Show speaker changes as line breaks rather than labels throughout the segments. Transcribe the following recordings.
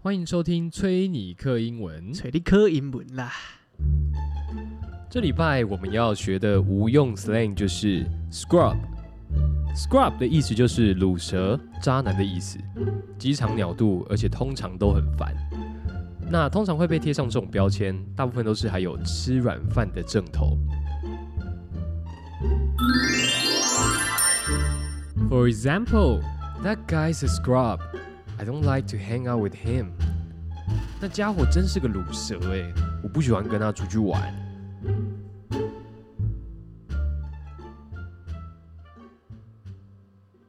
欢迎收听崔尼克英文。
找你科英文啦。
这礼拜我们要学的无用 slang 就是 scrub。scrub 的意思就是卤蛇、渣男的意思，机场鸟肚，而且通常都很烦。那通常会被贴上这种标签，大部分都是还有吃软饭的正头。For example, that guy's a scrub. I don't like to hang out with him. 那家伙真是个卤蛇哎、我不喜欢跟他出去玩。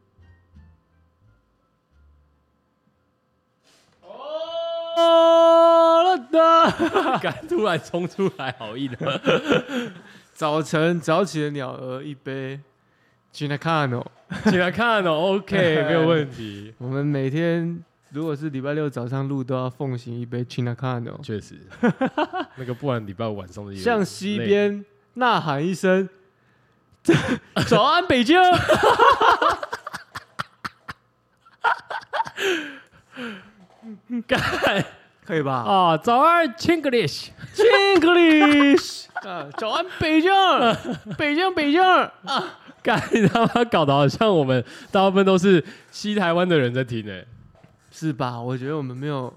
哦，了的，敢突然冲出来，好硬 啊！
早晨早起的鸟儿一杯 g i n a c a n o
起来 看哦，OK，没有问题。
我们每天如果是礼拜六早上录，都要奉行一杯 g i n a c a n o
确实， 那个不然礼拜五晚上的
向西边呐喊一声：“早安，北 京
干！”
可以吧
啊，早安 c h i n g l i s h
？English 啊，早安，北京，北京，北京。
干你他妈搞得好像我们大部分都是西台湾的人在听欸诶、
是吧？我觉得我们没有，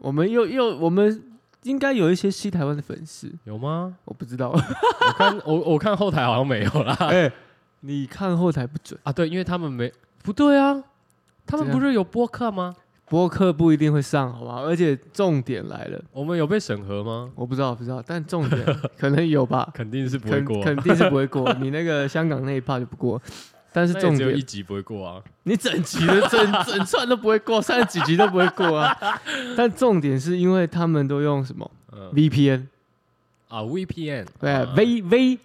我们又又我们应该有一些西台湾的粉丝，
有吗？
我不知道。
我看我我看后台好像没有 啦。
哎、你看后台不准，
啊，对，因为他们没不对啊，他们
怎样
不是有播客吗？
播客不一定会上，好吧？而且重点来了，
我们有被审核吗？
我不知道，不知道，但重 点可能有吧，
肯定是不会
肯
过啊，
肯定是不会过。你那个香港那一趴就不过，但是
那也
重
只有一
点，
集不会过啊。
你整集的整 整串都不会过，三十几集都不会过啊。但重点是因为他们都用什么
嗯
VPN，
啊，VPN，
对
啊
，V V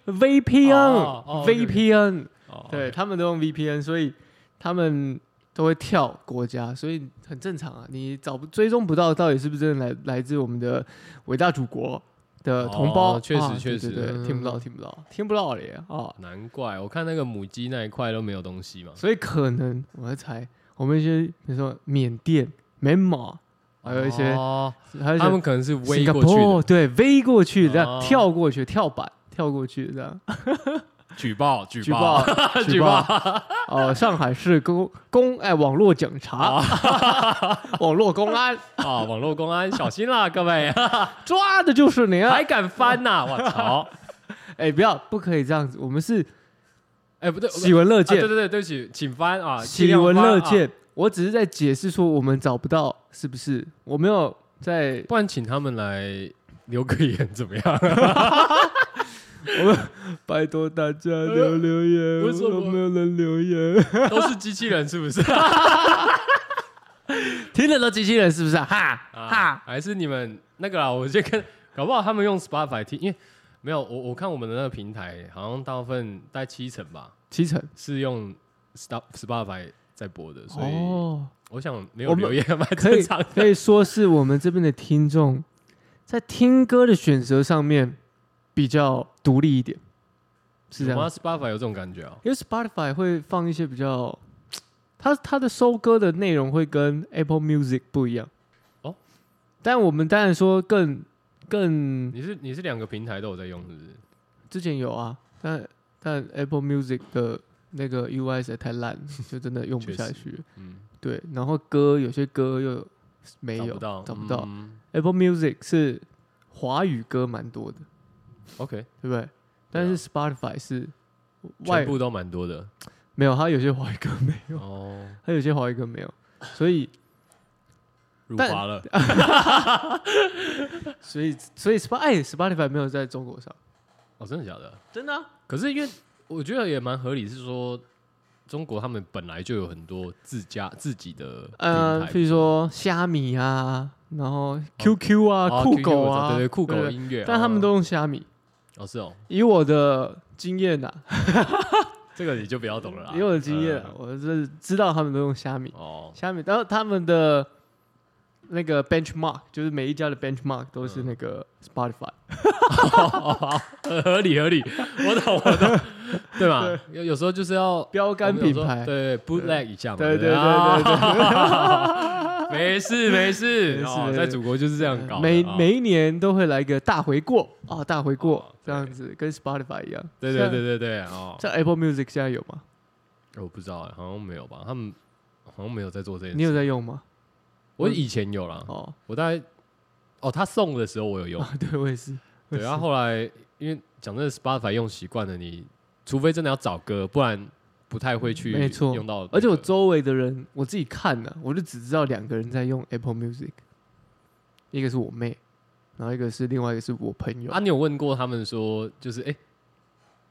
哦哦，OK，OK
VPN，VPN。
哦
对
OK
他们都用 VPN，所以他们都会跳国家，所以很正常啊。你找不追踪不到到底是不是真的来来自我们的伟大祖国的同胞，
哦确实
啊对
确实
对
嗯
对，听不到听不到听不到嘞啊！
难怪我看那个母鸡那一块都没有东西嘛。
所以可能我在猜，我们一些比如说缅甸、缅马，还有一些、
哦
还有一
他
些
们可能是微
新加
过去的，
坡对 V 过去这样、
哦
跳过去跳板跳过去这样
举报 举
举
报
报
举
举
报
报。 哦，上海市公公哎网络警察， 网络公安
啊！网络公安小心啦，各 位，
抓的就是你啊！
还敢翻呐？我操！
哎，不要，不可以这样子，我们是
哎，不对，不
喜闻乐
对啊对
见，
对对，对不起，请翻啊，尽
喜
量
闻
翻
乐
啊。
见。我只是在解释说我们找不到，是不是？我没有在，
不然请他们来留个言怎么样？
拜托大家留留言，
为什么
我没有人留言？
都是机器人是不是？
听得到机器人是不是啊？哈
啊
哈，，
还是你们那个啦？啊 我先跟，搞不好他们用 Spotify 听，因为没有我我看我们的那个平台，好像大部分大概七成吧
七成
是用 Stop Spotify 在播的，所以
哦，
我想没有
我们
留言蛮
可
正
以
常的。
可以说是我们这边的听众在听歌的选择上面比较独立一点，是这
有
样
吗
吗？
？Spotify 有这种感觉哦。
因为 Spotify 会放一些比较，它它的收歌的内容会跟 Apple Music 不一样
哦
哦，但我们当然说更更
你是你是两个平台都有在用，是不是？
之前有啊，但但 Apple Music 的那个 UI 实在太 烂，就真的用不
确
下
实
去。
嗯，
对，然后歌有些歌又没
找
有
不到，
找不到。
嗯
Apple Music 是华语歌蛮多的，
OK，
对不对？但是 Spotify 是外
啊全部都蛮多的。
没有，它有些华语歌没有，
哦，
它有些华语歌没有，所以
入
但
华了。
所以所以 Sp 哎 Spotify 没有在中国上，
哦，真的假的？
真的啊、
可是因为我觉得也蛮合理，是说中国他们本来就有很多自家自己的
嗯、
平台
譬如说虾米啊，然后 QQ 啊、
哦
酷
QQ
狗
我知道
啊，
对对，酷狗
对
音乐，
但他们
哦
都用虾米。
哦是哦，
以我的经验呐、
这个你就不要懂了 啦。
以我的经验、啊
嗯，
我是知道他们都用虾米，
哦，
虾米，然后他们的那个 benchmark，就是每一家的 benchmark 都是那个 Spotify。
合理合理，我懂我 懂，对吧？有有时候就是要
标杆品牌
对 bootleg 一下嘛，
对
对
对对对对
对， 没事没事
没，事
哦
没事
在祖国就是这样搞的，
每
哦
每一年都会来一个大回过啊、哦，大回过、
哦
这样子，跟 Spotify 一样。
对对
像，
对对对哦，
像 Apple Music 现在有吗？
我不知道哎，好像没有吧？他们好像没有在做这件
你有
事，
在用吗？
我以前有啦，
哦，
我大概哦他送的时候我有 用，
啊对我也是。
对，然后后来因为讲真的 Spotify 用习惯了，你除非真的要找歌，不然不太会去
嗯没错
用到那个，
而且我周围的人，我自己看呢、我就只知道两个人在用 Apple Music，一个是我妹，然后一个是另外一个是我朋友。
啊，你有问过他们说，就是哎、诶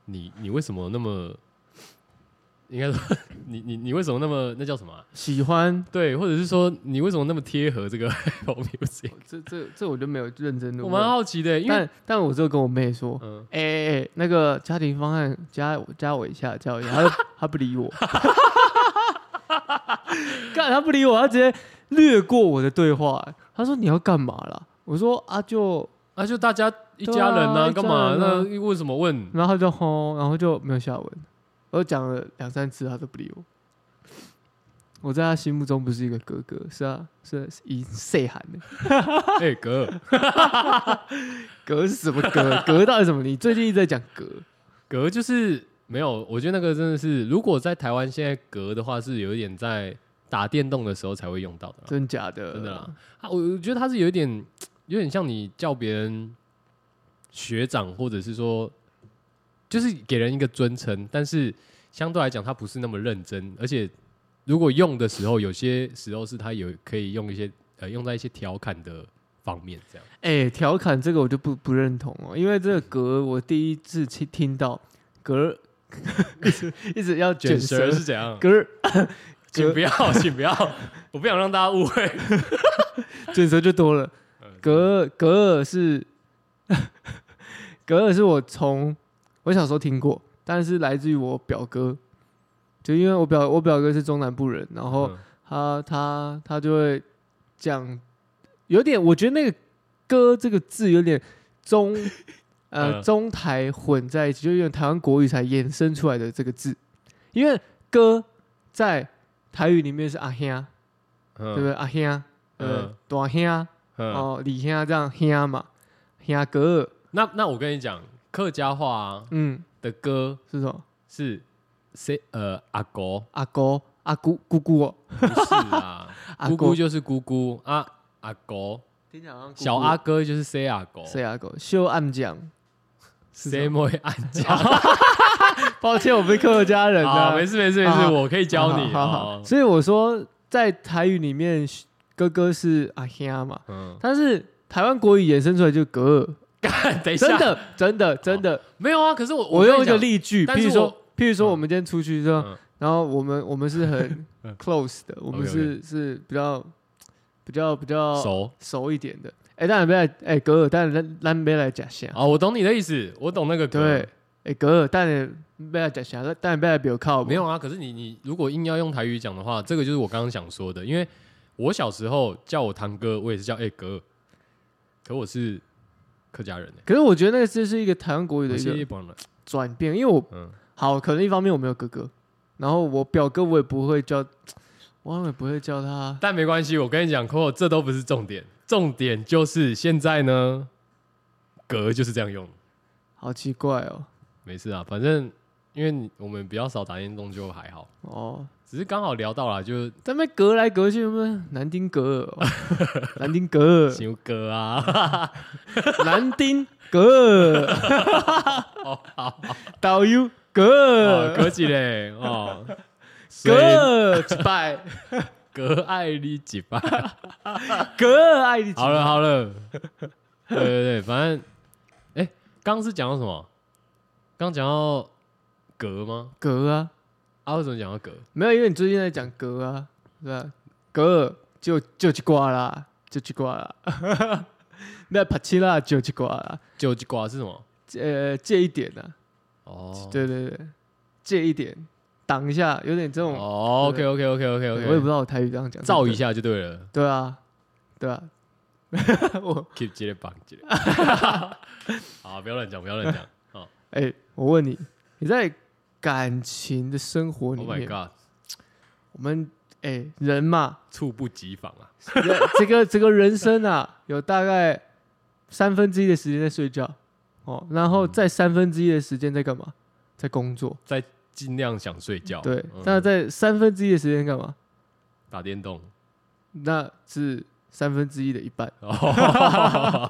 你你为什么那么，应该说 你你你为什么那么那叫什么啊、
喜欢
对，或者是说你为什么那么贴合这个 Apple Music？
这这这哦我就没有认真的
我蛮
问，
好奇的，因为
但但我就跟我妹说，
嗯，
哎哎哎，那个家庭方案加我加我一下，加我一下， 他就他不理我， 干他不理我，他直接略过我的对话、欸他说你要干嘛啦？我说啊就，
啊，就大家一家人
对啊
啊，
一家
干嘛？
人
那
啊
为什么 问？
然后他就吼，然后就没有下文。我讲了两三次，他都不理我。我在他心目中不是一个哥哥，是啊，是是以岁寒的
哎、哥，
哥是什么 哥？哥到底什么？你最近一直在讲哥，
哦格就是没有，我觉得那个真的是，如果在台湾现在格的话，是有一点在打电动的时候才会用到的啦。
真假的？
真的啦，啊，我我觉得他是有一点，有点像你叫别人学长，或者是说，就是给人一个尊称，但是相对来讲，他不是那么认真，而且如果用的时候，有些时候是他有可以用一些呃用在一些调侃的方面，这样
哎、调侃这个我就不不认同哦，因为这个格我第一次听听到格，一直一直要卷舌
是怎样？
格
请不要， 请不要，我不想让大家误 会。
卷舌就多了。
呃
格格尔是 格尔是我从我小时候听过，但是来自于我表哥，就因为我表我表哥是中南部人，然后
嗯
他他他就会讲，有点我觉得那个“歌”这个字有点 中呃、
嗯
中台混在一起，就有点台湾国语才衍生出来的这个字，因为“歌”在台语里面是阿兄，对不
嗯
对？阿兄，呃
嗯，
大兄。
嗯，
哦，李兄这样兄嘛，兄哥，
那那我跟你讲，客家话啊
嗯，
的歌
是什么？
是谁？呃，阿 狗。
阿哥、阿姑、姑姑哦，
不是啊，
阿
姑姑
狗
就是姑姑啊，阿狗，
听起来好像
小阿哥就是 C 阿狗
谁阿狗？秀暗讲，是什
，C 莫安 家。
抱歉，我不是客家人
好，
啊，
没事没事没事，
好
我可以教你。
好好
哦
好，所以我说在台语里面，哥哥是阿兄嘛，
嗯，
但是台湾国语衍生出来就哥，
干，等一下，
真的，真的，真的，
没有啊？可哎哦是我
我用一个
例，
例句，
但
譬
是
如
我
说，譬如说，
嗯
我们今天出去之后，
嗯
然后我们我们 是很
嗯
close 的，我们
OK，OK
是是比较比较比较
熟
熟一点的。哎，当然别来，哎格尔，但咱咱别来假象。
啊，我懂你的意思，我懂那个梗
对，，哎格尔，但别来假象，但别来比我靠。
没有，啊。可是你你如果硬要用台语讲的话，这个就是我刚刚想说的，因为我小时候叫我堂哥，我也是叫哎哥，可我是客家人欸
可是我觉得那个就是一个台湾国语的
我
一
是
个
一帮人，
转变，因为我
嗯，
好可能一方面我没有哥哥，然后我表哥我也不会叫，我好像也不会叫他。
但没关系，我跟你讲，Coco，这都不是重点，重点就是现在呢，格就是这样用，
好奇怪哦，
没事啊，反正因为你我们比较少打电动，就还好，
哦，
只是刚好聊到啦，就
在那边隔来隔去，不是南丁格尔 哦、南丁格尔，
牛哥啊，
南丁格尔， 导游
哦
格尔，
格几嘞，哦，所
格尔几百，
以格爱你几吧，
格尔爱你几
好了好了，对对对，反正，哎、刚刚是讲到什么？刚讲到格吗？
格啊，
啊，为什么讲到格？
没有，因为你最近在讲格啊，是吧？格尔就就去挂啦，就去挂啦， 那帕奇拉就去挂啦，
九级瓜是什么？
呃，借一点呐、
哦，
对对对，借一点，挡一下，有点这种，
哦，OK OK OK OK
对
OK，
我也不知道我台语这样讲，
造一，下就对了。
对啊，对吧、我
keep 接着绑接着。 好，不要乱讲，不要 乱讲。
哎、我问你，你在感情的生活
Oh
里
my
面
god，
我们哎、人嘛，
猝不及防啊！
人这个这个人生啊，有大概三分之一的时间在睡觉哦，然后
嗯
再三分之一的时间在干嘛？在工作。
尽量想睡觉。
对
嗯，
那在三分之一的时间干嘛？
打电动。
那是三分之一的一半。
哦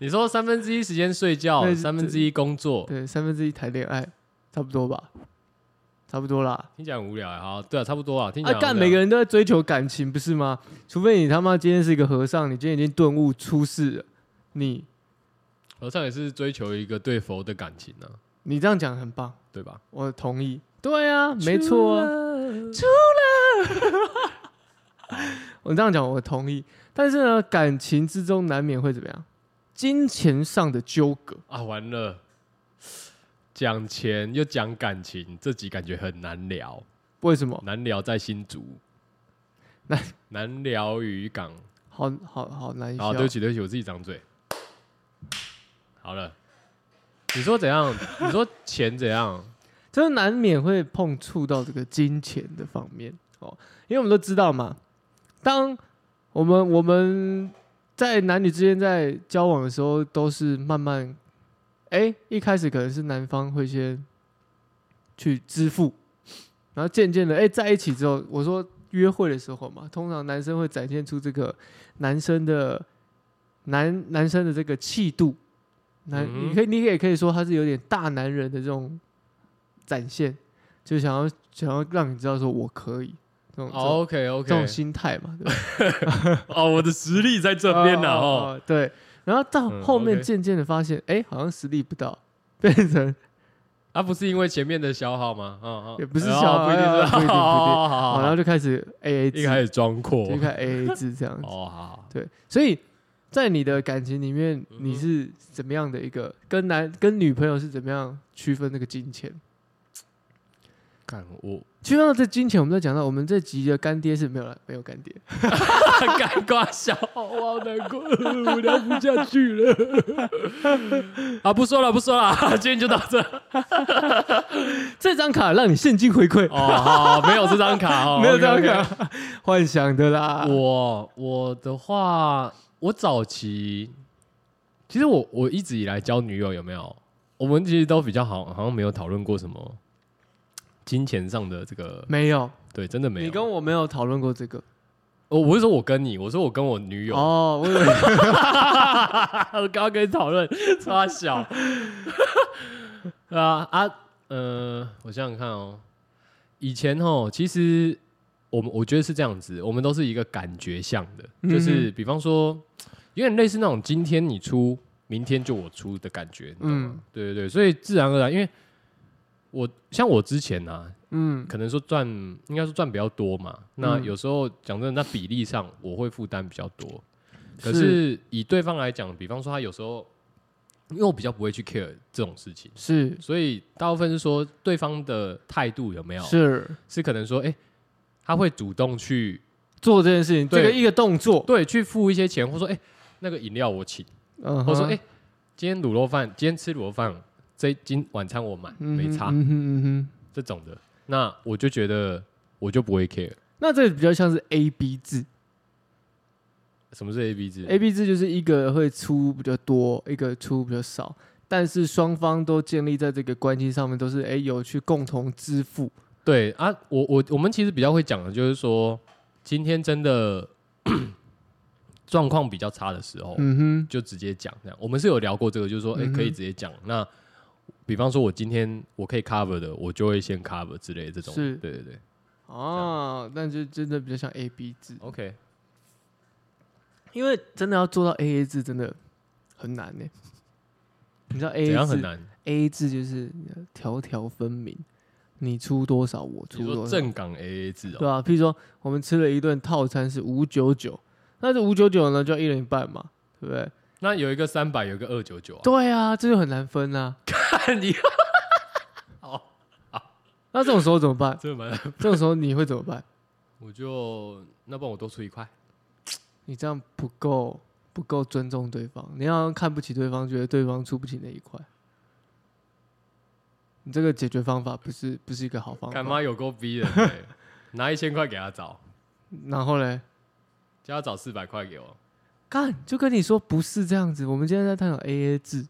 你说三分之一时间睡觉，
对
三分之一工作，
对，三分之一谈恋爱，差不多吧，差不多啦。
听起来很无聊哎。好，对啊，差不多啊。听起
啊
来，很无聊
干！每个人都在追求感情，不是吗？除非你他妈今天是一个和尚，你今天已经顿悟出世了，你
和尚也是追求一个对佛的感情呢，
你这样讲很棒，
对吧？
我同意。对啊，没错啊，我这样讲我同意。但是呢，感情之中难免会怎么样？金钱上的纠葛，
啊，完了，讲钱又讲感情，这集感觉很难聊，
为什么？
难聊在新竹，
难
难聊渔港。
好好好难笑。
好，对不起，对不起，我自己张嘴。好了，你说怎样？你说钱怎 样？
就是难免会碰触到这个金钱的方面哦，因为我们都知道嘛，当我们我们在男女之间在交往的时候，都是慢慢，哎、一开始可能是男方会先去支付，然后渐渐的，哎、在一起之后，我说约会的时候嘛，通常男生会展现出这个男生的男男生的这个气度，男、
嗯哼
你可以你也可以说他是有点大男人的这种展现，就想要想要让你知道说我可以这种这种
OK 哦 OK，
这种心态嘛，对吧？
哦，我的实力在 这边呢、哦，
哦，对。然后到
嗯
后面
OK
渐渐的发现，哎、好像实力不到， 变成
啊，不是因为前面的消耗吗？嗯嗯，
也不是
哎哦
消耗
不一定
哎
是，
呀不一定不一定
好好好好
哦，然后
好
就开始 A A 制，
啊一开始装阔，
就开始 A A 制这样子。
哦，好好，
对，所以在你的感情里面，
嗯哼
你是怎么样的一个？跟男跟女朋友是怎么样区分这个金钱？
干我，
区分到这金钱，我们在讲到我们这集的干爹是没有了，没有干 爹，
干瓜笑，我好难过，我聊不下去了。 啊，不说了，不说了，今天就到这。
这张卡让你现金回馈，
哦，好， 没有这张卡哦，
没有这
OK，OK
张卡， 幻想的啦。
我我的话，我早期其实我我一直以来交女友有没有？我们其实都比较好，好像没有讨论过什么金钱上的这个，
没有，
对，真的没有。哦
你跟我没有讨论过这个
我不是说我跟你，我说我跟我女友，
哦，我以 为
我刚刚跟你讨论，差小，对啊啊，呃，我想想看哦，以前哦，其实我们我觉得是这样子，我们都是一个感觉向的，就是比方说，有点类似那种今天你出，明天就我出的感觉，你懂吗？
嗯
对对对，所以自然而然，因为我像我之前呢、啊，
嗯
可能说赚，应该说赚比较多嘛。那
嗯
有时候讲真的，那比例上我会负担比较多。可
是
是以对方来讲，比方说他有时候，因为我比较不会去 care 这种事情，
是
所以大部分是说对方的态度有没有
是
是可能说，哎、他会主动去
做这件事情，这
对
个一个动作，
对去付一些钱，或说哎、那个饮料我请，
嗯哼，
或者说哎、今天卤肉饭，今天吃卤肉饭，这今晚餐我买，
嗯哼，
没差、
嗯哼嗯哼，
这种的，那我就觉得我就不会 care。
那这个比较像是 A B 制
什么是 A B 制？
，A B 制就是一个会出比较多，一个出比较少，但是双方都建立在这个关系上面，都是哎有去共同支付，
对啊，我我我们其实比较会讲的就是说，今天真的 状况比较差的时候，
嗯哼，
就直接讲这样。我们是有聊过这个，就是说，哎、
嗯哼
可以直接讲。那比方说，我今天我可以 cover 的，我就会先 cover 之类的这种。
是
对对对
哦，那就真的比较像 A B 制，
，OK。
因为真的要做到 A A 制真的很难呢、你知道 A
怎
A
样
制
很难？
A 制就是呃条条分明，你出多少我
你
出
说
多少，
正港 AA 制
对啊
哦、
吧、譬如说我们吃了一顿套餐是五九九，那这五九九呢就要一人一半嘛，对不对？
那有一个三百，有一个二九九啊。
对啊，这就很难分啊。
你？
那这种时候怎么办
这蛮，
这种时候你会怎么办？
我就那帮我多出一块。
你这样不够不够尊重对方，你好像看不起对方，觉得对方出不起那一块。你这个解决方法不是不是一个好方
干
法。
妈有够逼人的欸，拿一千块给他找，
然后嘞，
叫他找四百块给我。
干就跟你说不是这样子，我们今天在探讨 A A 制，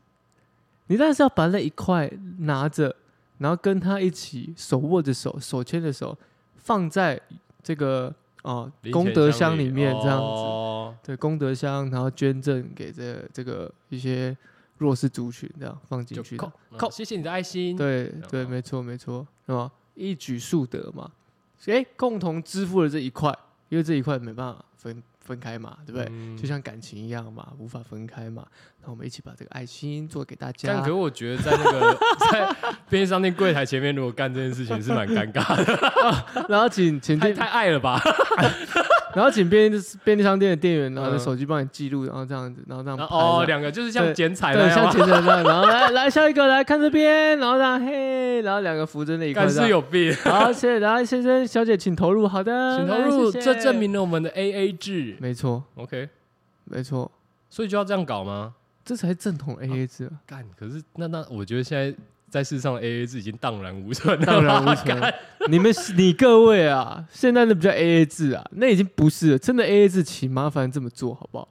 你当然是要把那一块拿着，然后跟他一起手握着手，手牵着手，放在这个哦、
零
功
钱
德
箱
箱里面这样子。
哦
对功德箱，然后捐赠给这这个一些弱势族群，这样放进
就
去
靠
的。嗯
靠，谢谢你的爱心。
对
样
对，
吗
没错没错，是吧？一举数得嘛，诶，共同支付了这一块，因为这一块没办法分分开嘛，对不对？
嗯
就像感情一样嘛，无法分开嘛。那我们一起把这个爱心做给大
但
家
可是。我觉得在那个 在便利商店柜台前面，如果干这件事情是蛮尴尬的，
然后请请
太
店，
太爱了吧？
然后请便利便利商店的店员，然后
嗯
手机帮你记录，然后这样子，然后这样
然
拍
后哦，
这
两
样
个就是像
对
剪彩那
对，
样
像
吗，
前程这样，然后来来下一个来看这边，然后这样嘿，然后两个扶着那一块
干
这样
是有病。
好，谢谢，然后先生小姐，请投入。嗯好的，
请投入，
谢谢
这证明了我们的 A A 制。
没错，
OK，
没错，
所以就要这样搞吗？
这才是正统 AA 制啊，
干，可是那那我觉得现在在世上 A A 制已经荡然无 存了，
荡然无存
干。
你们你各位啊，现在的比较 AA 制啊，那已经不是了，真的 AA 制，请麻烦这么做好不好？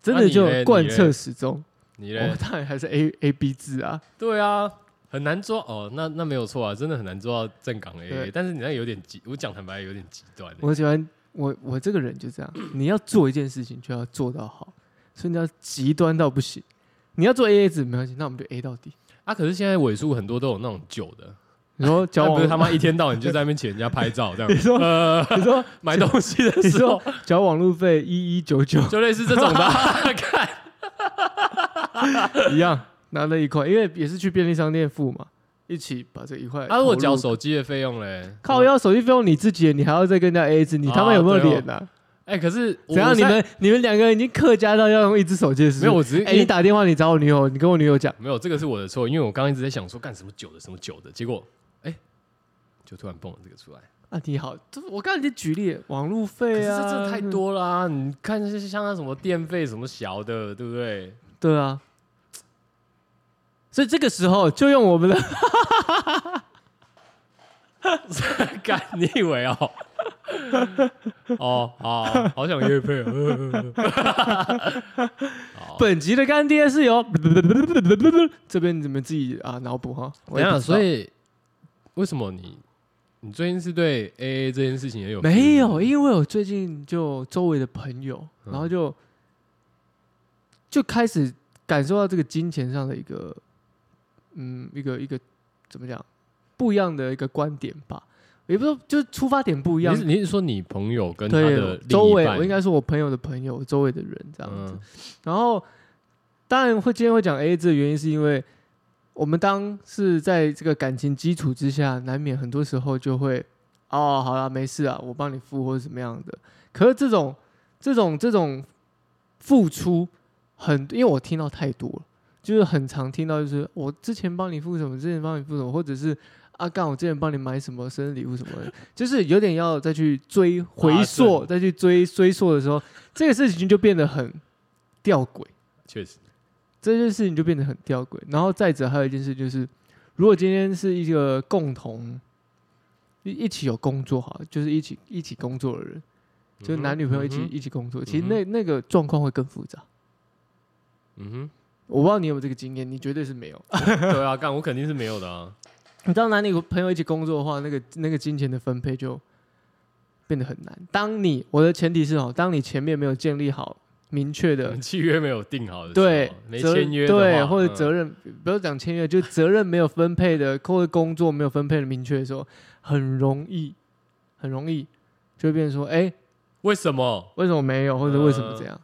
真
那
的
你
就
嘞
贯
你嘞
彻始终，
你
我
嘞
们？当然还是 A A B 制啊，
对啊，很难做哦。那那没有错啊，真的很难做到正港 A
对
A。但是你那有点极，我讲坦白有点极端欸。
我喜欢我我这个人就这样，你要做一件事情就要做到好，所以你要极端到不行。你要做 AA 制没关系，那我们就 A 到底。
啊，可是现在尾数很多都有那种旧的，
你说 交
但
往
不是他妈一天到晚就在那边请人家拍 照这样。
你说
呃，
你说
买东西的
你
时
说
候
交网路费一一九九
就类似这种 的啊，看
一样拿了一块，因为也是去便利商店付嘛，一起把这一块。
啊，如果缴手机的费用嘞，
靠腰手机费用你自己的，你还要再跟人家 AA 制，你他妈有没有脸呐、啊？
哎，可是我
怎样？
我
你
现在
们你们两个人已经客家到要用一只手机的事？
没有，我只是
哎、你打电话你找我女友，你跟我女友讲，
没有，这个是我的错，因为我刚刚一直在想说干什么酒的什么酒的，结果哎、就突然蹦了这个出来。
啊，你好，这我刚才就举例网路
可
费
是
啊，嗯
这真的太，多啦、你看这些像那什么电费什么小的，对不对？
对啊。所以这个时候就用我们的，
干，你以为哦？ 哦，好，好想约配哦。好
本集的干爹是由这边你们自己啊脑补哈。 我
等
也
一
不
下，
知道
所以为什么你你最近是对 A A 这件事情也有
没有，
feeling？
因为我最近就周围的朋友，
嗯
然后就就开始感受到这个金钱上的一个，嗯，一个一个怎么讲，不一样的一个观点吧，也不是说就是出发点不一
你
样
是。你是说你朋友跟他的
对，
另一
周围
半
我应该说我朋友的朋友，周围的人这样子。
嗯
然后，当然会今天会讲 A A 制的原因，是因为我们当是在这个感情基础之下，难免很多时候就会哦，好啦，没事啊，我帮你付或者怎么样的。可是这种这种这种付出很，因为我听到太多了，就是很常听到，就是我之前帮你付什么，之前帮你付什么，或者是。啊，干！我之前帮你买什么生日礼物什么的， 就是有点要再去追回溯，
顺
再去追 追溯的时候，这个事情就变得很吊诡。
确实
这件事情就变得很吊诡。然后再者还有一件事就是，如果今天是一个共同一一起有工作哈，就是一起一起工作的人，就是男女朋友一起、
嗯哼
一起工作，其实那那个状况会更复杂。
嗯哼。
我不知道你有没有这个经验，你绝对是没有。
对啊，干我肯定是没有的啊。
你当男女朋友一起工作的话，那个那个金钱的分配就变得很难。当你我的前提是哦，当你前面没有建立好明确的
契约没有定好的时候，
对，
没
责
签约的话
对，或
嗯
者责任，不要讲签约，就责任没有分配的，或者工作没有分配的明确的时候，很容易，很容易就会变成说，哎、
为什么
为什么没有，或者为什么
嗯
这样，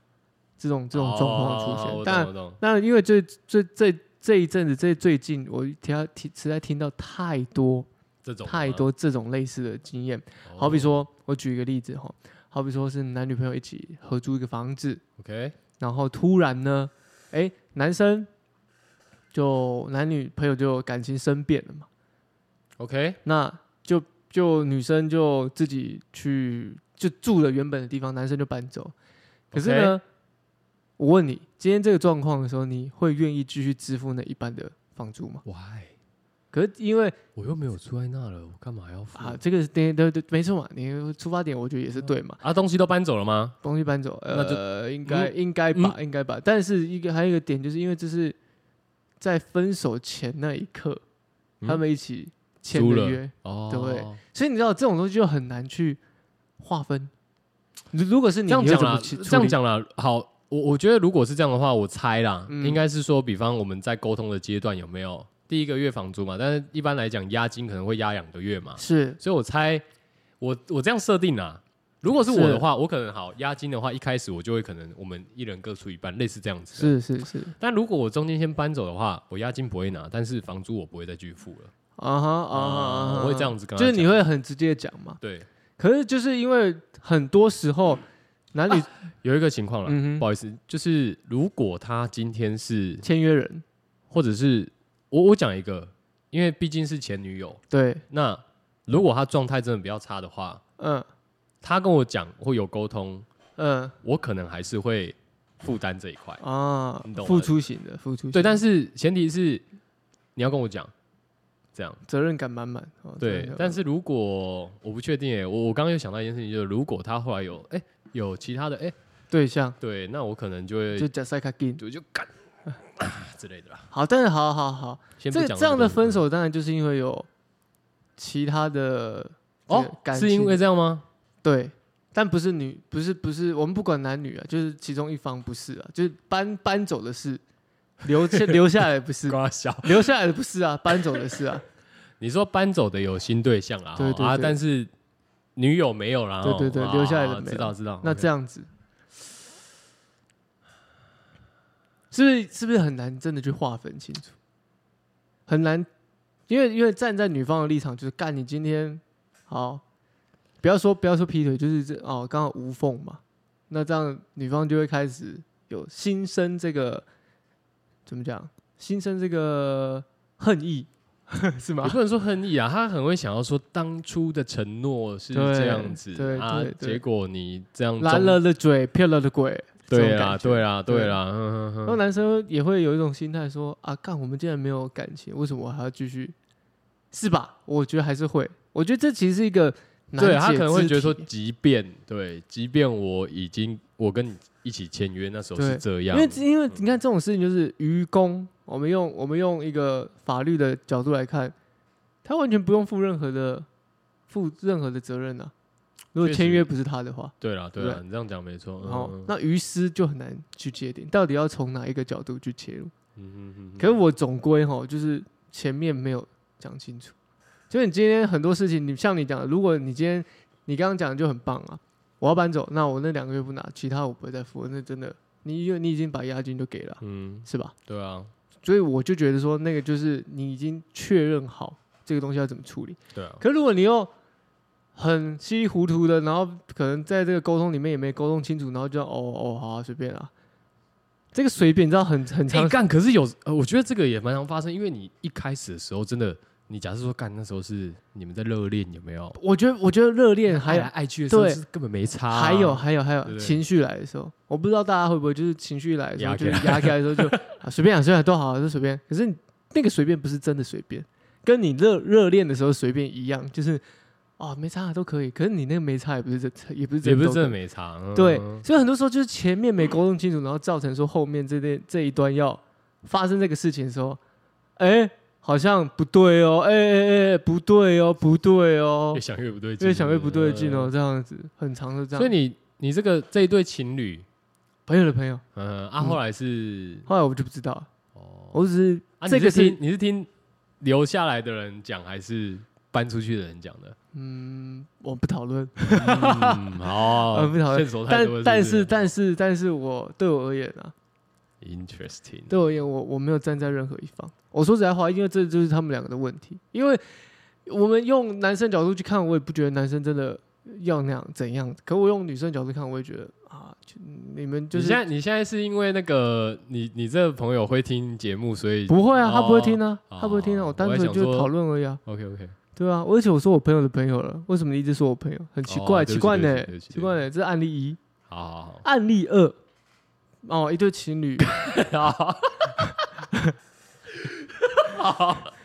这种这种状况出现。
哦、
但
我懂我懂
那因为最最最这一阵子，这最近我听到听实在听到太多
这种
太
吗，
多这种类似的经验，
哦
好比说，我举一个例子哈，好比说是男女朋友一起合租一个房子，
，OK，
然后突然呢，哎，男生就男女朋友就感情生变了嘛，
OK，
那就就女生就自己去就住了原本的地方，男生就搬走。可是呢我问你，今天这个状况的时候，你会愿意继续支付那一半的房租
嗯
吗？
，Why？
可是因为
我又没有住在那了，我干嘛要付？
啊，这个是对对对，没错嘛，你出发点我觉得也是对嘛，
啊，东西都搬走了吗？
东西搬走，
那就嗯
呃，应该应该吧，应该吧。但是一个还有一个点，就是因为这是在分手前那一刻，
嗯
他们一起签
租
的
了
约，
哦，
对所以你知道这种东西就很难去划分。如如果是你，
这样
你会
讲
怎么
啦，
去
这样，讲啦，好，我我觉得如果是这样的话，我猜啦，
嗯
应该是说，比方我们在沟通的阶段有没有第一个月房租嘛？但是一般来讲，押金可能会押两个月嘛，
处理
所以我猜我我这样设定啦。如果是我的话，我可能好押金的话，一开始我就会可能我们一人各出一半，类似这样子。
是是是是
但如果我中间先搬走的话，我押金不会拿，但是房租我不会再去付了。哦
啊哈啊哈啊哈，
我会这样子跟他
就是你
讲
会很直接讲嘛。
对，
可是就是因为很多时候男女
有一个情况啦，
嗯哼
不啊好意思，就是如果他今天是
签约人，
或者是我我讲一个，因为毕竟是前女友，
对，
那如果她状态真的比较差的话，
嗯
她跟我讲会有沟通，
嗯
我可能还是会负担这一块。
啊
你懂，我
付
的
出型的，付出型
对，但是前提是你要跟我讲，这样
责任感满满。哦责任
对
感。
但
满
是如果我不确定耶，我我刚刚又想到一件事情，就是如果她后来有哎、有其他的哎、
满对象
对，那我可能就
就
会
加塞卡金，
我就干、啊之类的啦。
好，但是好好好，
先不
这
讲
这样的
东西
分手当然就是因为有其他的这个
哦，
感
是因
情
为这样吗？
对，但不是女，不是不是，我们不管男女啊，就是其中一方不是啊，就是搬搬走的是，留下留下来的 不是，
瓜小
留下来的不是啊，搬走的是啊，
你说搬走的有新对象啦，
对
哦
对
啊，
对
但是女友没有啦，
对
哦
对对
啊
留下来的没有
知道知道。
那
OK
这样子，是不是是不是很难真的去划分清楚？很难，因为因为站在女方的立场，就是干你今天好，不要说不要说劈腿，就是这哦，刚好无缝嘛，那这样女方就会开始有心生这个怎么讲？心生这个恨意 是吗
也？不能说恨意啊，他很会想要说当初的承诺是
对
这样子
对
啊
对，对
结果你这样
蓝
中
了的嘴，骗了的鬼，
对
这种
啦
感觉
对啦
对
对啦，哼哼
然后
哼
男生也会有一种心态说啊，干我们竟然没有感情，为什么我还要继续？是吧？我觉得还是会，我觉得这其实是一个难
对他
解
可能会
之
觉得说，
题
即便对，即便我已经我跟你一起签约那时候是
对
这
因
样，嗯
为因为你看这种事情就是愚公，我们用我们用一个法律的角度来看，他完全不用负任何的负任何的责任啊。如果
确
签
实
约不是他的话，
对啦对啦
对，
你这样讲没错。
然后
嗯嗯
那于私就很难去界定，到底要从哪一个角度去切入。
嗯嗯嗯嗯
可是我总归哈，就是前面没有讲清楚。就是你今天很多事情，你像你讲的，如果你今天你刚刚讲的就很棒啊，我要搬走，那我那两个月不拿，其他我不会再付，那真的，你因为你已经把押金都给了啊，
嗯，
是吧？
对啊
所以我就觉得说，那个就是你已经确认好这个东西要怎么处理。
对啊，
可如果你又很稀里糊涂的，然后可能在这个沟通里面也没沟通清楚，然后就哦哦好啊、随便啊，这个随便你知道很很
哎、
常
干，可是有，呃，我觉得这个也蛮常发生，因为你一开始的时候，真的，你假设说干那时候是你们在热恋，有没有？
哎我觉得，我觉得热恋还
爱
有
来爱去的时候
对
是根本没差啊、
还有还有还
对
有
不对
情绪来的时候，我不知道大家会不会就是情绪来的时候，
压
就是
起来
压起来的时候就 啊随便啊随便啊都好啊，就随便。可是你那个随便不是真的随便，跟你热热恋的时候随便一样，就是啊没差啊都可以。可是你那个没差也不是真也不是
也
真
不
的
是
都可
真
以
的没差，嗯
对，所以很多时候就是前面没沟通清楚，然后造成说后面这段这一段要发生这个事情的时候，哎、好像不对哦，哎哎哎不对哦不对哦
越，想越不对劲，
越想越不对劲哦，
嗯。
这样子很长的这样。
所以你你这个这一对情侣，
朋友的朋友，
嗯，啊，
嗯
后来是、
后来我就不知道了，
哦，
我只是、
啊，这
这个
个
是
听你是听留下来的人讲，还是搬出去的人讲的？
嗯，我不讨论，
嗯，
呃
哦，
不讨论
线索太
但
多了
但
不是
是但是但是我对我而言啊，
，interesting，
对我而言，我我没有站在任何一方。我说实在话，因为这就是他们两个的问题，因为我们用男生角度去看，我也不觉得男生真的要那样怎样，可我用女生角度看，我也觉得啊，就你们就
你现
是
在你现在是因为那个你你这个朋友会听节目，所以
不会啊，他不会听啊，
哦
他不会听啊，我单
我还
纯
想
就
说
讨论而已啊。
OK OK，
对啊，而且我说我朋友的朋友了，为什么你一直说我朋友？很奇怪，
哦对不起
奇怪呢、
对不起对不起
奇怪呢、这是案例一，
好好好。
案例二，哦，一对情侣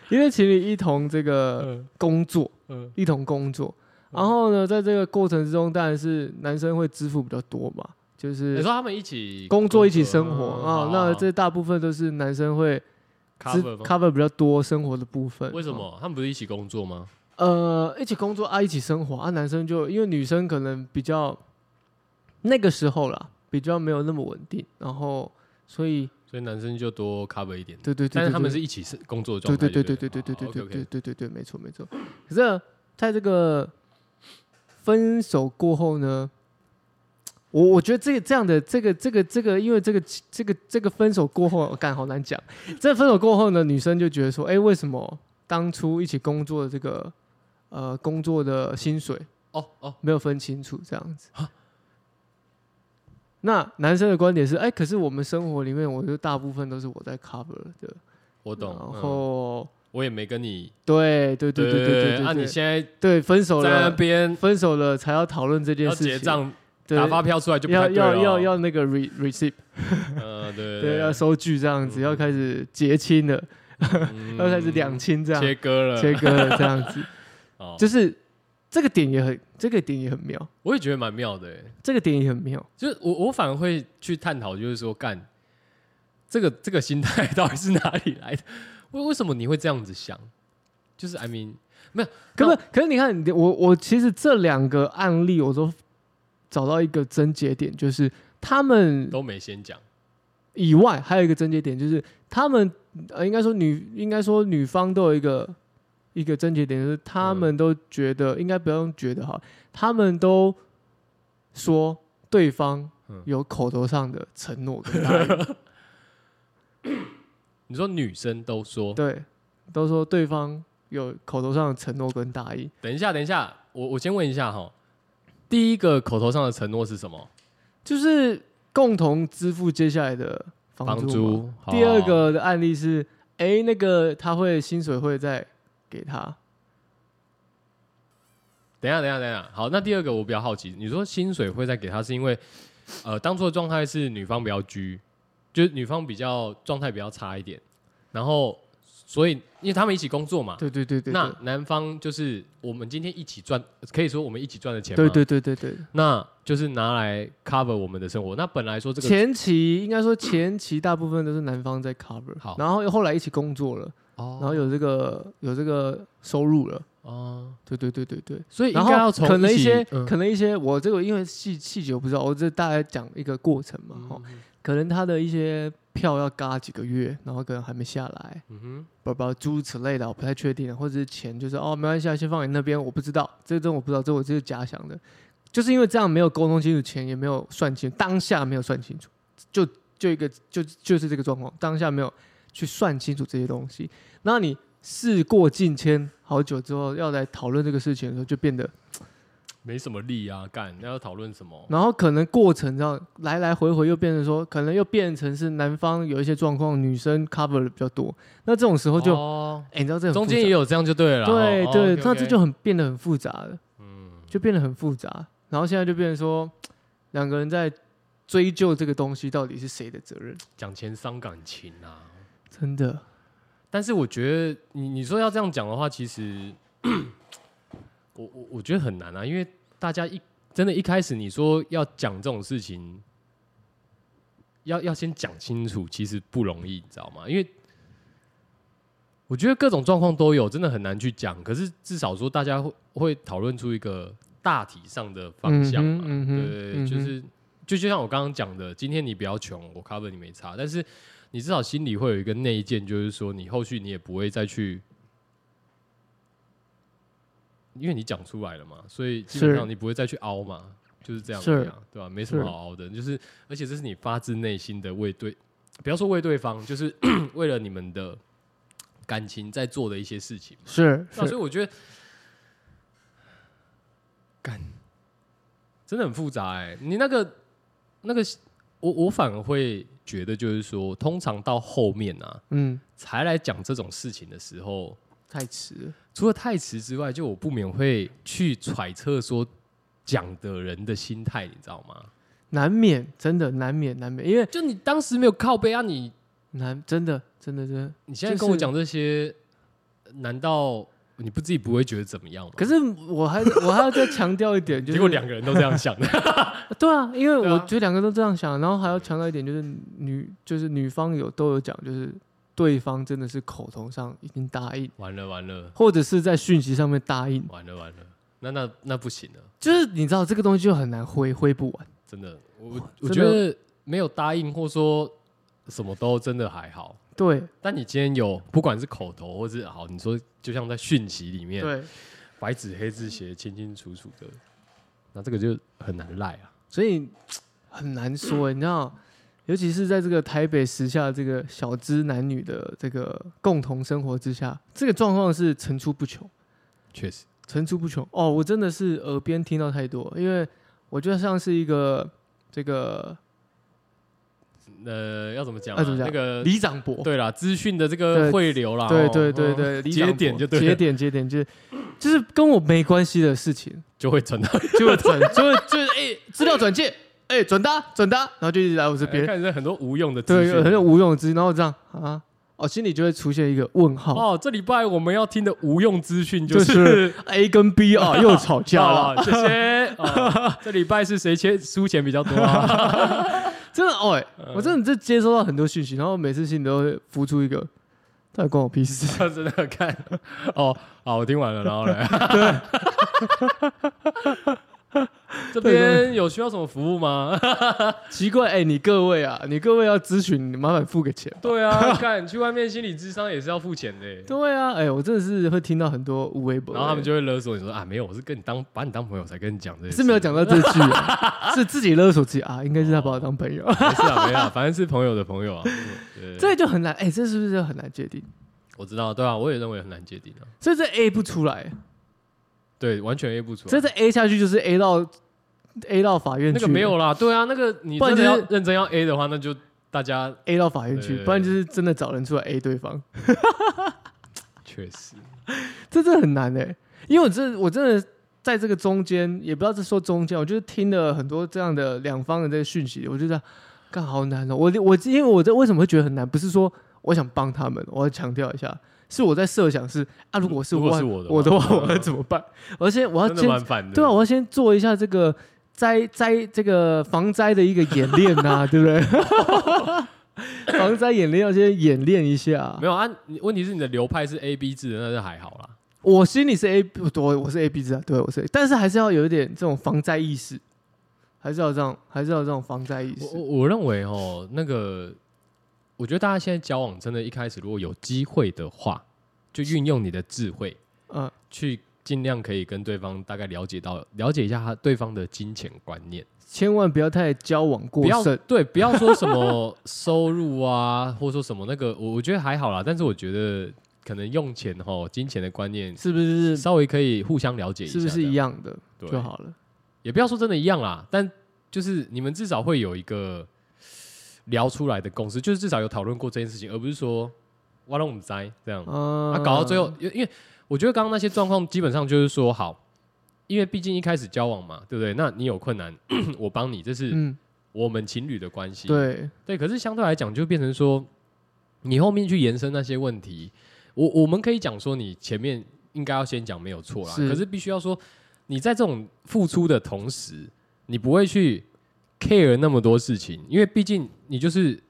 一对情侣一同这个
嗯
工作，
嗯
一同工作。然后呢，在这个过程之中，当然是男生会支付比较多嘛，就
你
是
说他们一起
工作一起生活
嗯
啊
好。
那
好
这大部分都是男生会支
cover 吗
cover 嗯比较多生活的部分。啊
为什？么他们不是一起工作吗？
呃，一起工作啊，一起生活啊，男生就因为女生可能比较那个时候啦，比较没有那么稳定，然后所以
所以男生就多 cover 一点，
对对对对
但是他们
对
是一起是工作的状
对
态
对
就
对
了，哦
对对对对对对对
对
对对对，没错没错。可是呢在这个分手过后呢，我我觉得这个这样的这个这个这个，因为这个这个这个分手过后，我干好难讲。这分手过后呢，女生就觉得说，哎，为什么当初一起工作的这个呃工作的薪水
哦哦，啊
没有分清楚这样子。那男生的观点是，哎、可是我们生活里面，我就大部分都是我在 cover 的，
我懂。
然
嗯
后、
我也没跟你，
对对对
对
对对对，
啊，你
对
现在
对分手
在那
了，
边
分手了才要讨论这件
要
事情，
结账，
对，
打发票出来就不太
要
对了
要
哦
要，要那个 re receipt，
呃， 对
对，要
对，
收据这样子，
嗯
要开始结清了，
嗯
要开始两清这样，
切割了，
切割了这样子，
哦，
就是这个点也很，这个点也很妙，
我也觉得蛮妙的欸，
这个点也很妙，
就是我我反而会去探讨，就是说干这个这个心态到底是哪里来的？ 为为什么你会这样子想？就是 I mean，
可不，可是你看，你我我其实这两个案例我都找到一个症结点，就是他们
都没先讲，
以外还有一个症结点，就是他们呃，应该说女应该说女方都有一个一个症结点，就是他们都觉得、应该不用觉得哈，他们都说对方
嗯
有口头上的承诺跟 答应，
你说女生都说，
对，都说对方有口头上的承诺跟答应，
等一下，等一下，我我先问一下哈，第一个口头上的承诺是什么？
就是共同支付接下来的房
房
租嘛。
租。好
第二，个的案例是，哎、那个他会薪水会再给他，
等一下，等一下，等一下。好，那第二个我比较好奇，你说薪水会再给他，是因为呃，当初的状态是女方比较居，就是女方比较状态比较差一点，然后所以因为他们一起工作嘛，
对对对对，
那男方就是我们今天一起赚，可以说我们一起赚的钱嘛，
对对对对对，
那就是拿来 cover 我们的生活。那本来说这个
前期应该说前期大部分都是男方在 cover，
好
然后后来一起工作了，
哦
然后有这个有这个收入了，
哦，
对对对对对，
所以应
然
该要
后
从
可能
一
一
起
些
嗯
可能一些我这个因为细细节我不知道，我这大概讲一个过程
嗯
嘛，哈，可能哦他的一些票要嘎几个月，然后可能还没下来，
嗯哼，
包包诸如此类的，我不太确定，或者是钱就是哦，没关系，啊，先放你那边，我不知道，这真我不知道，这我这是假想的，就是因为这样没有沟通清楚，钱也没有算清，当下没有算清楚，就就一个就就是这个状况，当下没有去算清楚这些东西，那你事过境迁，好久之后要来讨论这个事情的时候，就变得，
没什么力啊，干，那要讨论什么？
然后可能过程上来来回回又变成说，可能又变成是男方有一些状况，女生 cover 的比较多，那这种时候就，哎、
哦
你知道这很
中间
复杂
也有这样就对了啦，
对
哦
对，
哦
那
OK，OK
这就很变得很复杂了，
嗯
就变得很复杂。然后现在就变成说，两个人在追究这个东西到底是谁的责任，
讲钱伤感情啊。
真的。
但是我觉得你你说要这样讲的话，其实 我我我觉得很难啊，因为大家一真的一开始你说要讲这种事情，要要先讲清楚，其实不容易，你知道吗？因为我觉得各种状况都有，真的很难去讲。可是至少说大家会会讨论出一个大体上的方向嘛，
嗯哼嗯哼
对，
嗯哼
就是就就像我刚刚讲的，今天你比较穷，我 cover 你没差，但是你至少心里会有一个内建，就是说你后续你也不会再去。因为你讲出来了嘛，所以基本
是
上你不会再去凹嘛，就是这样
是
子啊，对吧、没什么
是
好凹的，就是而且这是你发自内心的为对，不要说为对方，就是 为了你们的感情在做的一些事情。
是
那 所以我觉得，干真的很复杂哎、你那个那个，我我反而会觉得，就是说，通常到后面啊，
嗯，
才来讲这种事情的时候，
太迟了。
除了太迟之外，就我不免会去揣测说讲的人的心态，你知道吗？
难免真的难免难免，因为
就你当时没有靠背啊你，你
难真的真的真的。
现在
就
跟我
是
讲这些，难道你不自己不会觉得怎么样吗？
可是我还我还要再强调 一点，就是
结果两个人都这样想的，
对啊，因为
对啊
我觉得两个都这样想，然后还要强调一点，就是女就是女方有都有讲，就是对方真的是口头上已经答应，
完了完了
或者是在讯息上面答应，
完了完了，那那那不行了，
就是你知道这个东西就很难挥挥不完。
真的，我我
真的
觉得没有答应或说什么都真的还好。
对
但你今天有，不管是口头或是好，你说就像在讯息里面，
对，
白纸黑字写得清清楚楚的，那这个就很难赖啊。
所以很难说、你知道， 尤其是在这个台北时下这个小资男女的这个共同生活之下，这个状况是层出不穷。
确实，
层出不穷哦！我真的是耳边听到太多，因为我就像是一个这个
呃，要怎么讲、啊？
要怎么讲
那个
李长博，
对啦，资讯的这
对
个汇流啦，
对
哦
对对
嗯
对，李长
节
博
点就对
节
了，
点节点就是就是跟我没关系的事情，
就会传到
就 会转就会就是哎资料转借，哎转达转达，然后就一直来我这边，
看着很多无用的资
对，
讯，
很有无用之，然后这样啊，哦心里就会出现一个问号
哦。这礼拜我们要听的无用资讯就。
就是，A 跟 B 啊又吵架了，
哦，谢谢。 哦这礼拜是谁欠输钱比较多啊？
真的哦、哎我真的就接收到很多讯息，然后每次心里都会浮出一个，到底关我屁事？
真的看哦，好，我听完了，然后嘞， 这边有需要什么服务吗？
奇怪，哎、你各位啊，你各位要咨询，你麻烦付个钱。
对啊，看去外面心理智商也是要付钱的欸。
对啊，哎、我真的是会听到很多无微博，
然后他们就会勒索你说啊，没有，我是跟你当把你当朋友才跟你讲这些事，
是没有讲到这句、 啊，是自己勒索自己啊，应该是他把我当朋友，
没事啊，没事啊， 反正是朋友的朋友啊。对，
这就很难，哎、这是不是就很难界定？
我知道，对啊，我也认为很难界定啊。
所以这 A 不出
啊
来，
对，完全 A 不出来。
这这 A 下去就是 A 到 A 到法院
那
去，
个没有啦，对啊，那个你
不然
真的
就是
要认真要 A 的话，那就大家
A 到法院
对
去，
对对
不然就是真的找人出来 A 对方，
确实
这真的很难哎、因为我真的我真的。在这个中间，也不要是说中间，我就是听了很多这样的两方的这个讯息，我就在干好难哦。我我因为我这为什么会觉得很难，不是说我想帮他们，我要强调一下，是我在设想是啊，如果是
如果
我
是我的话
我的话，
嗯
我要怎么办？而且我要
真的
先
蛮烦的。
对啊，我要先做一下这个灾灾这个防灾的一个演练呐、 对不对？ 防灾演练要先演练一下
没。有啊，你问题是你的流派是 A B 制的，那就还好啦。
我心里是 A，我我是 A B 制啊，对，我是 A，但是还是要有一点这种防灾意识，还是要这样，还是要这种防灾意
我
识。
我我认为哦，那个我觉得大家现在交往真的，一开始如果有机会的话，就运用你的智慧
嗯，
去尽量可以跟对方大概了解到了解一下他对方的金钱观念。
千万不要太交往过
不要
剩。
对，不要说什么收入啊，或者说什么那个，我我觉得还好啦。但是我觉得可能用钱哈，金钱的观念
是不是
稍微可以互相了解一下，
是不是一
样？
样的
对
就好了？
也不要说真的一样啦，但就是你们至少会有一个聊出来的共识，就是至少有讨论过这件事情，而不是说挖龙母灾这样。
嗯
啊，搞到最后，因为因为我觉得刚刚那些状况基本上就是说好，因为毕竟一开始交往嘛，对不对？那你有困难， 我帮你，这是
嗯，
我们情侣的关系。
对，
对，可是相对来讲，就变成说，你后面去延伸那些问题，我我们可以讲说，你前面应该要先讲没有错啦。
是
可是必须要说，你在这种付出的同时，你不会去 care 那么多事情，因为毕竟你就是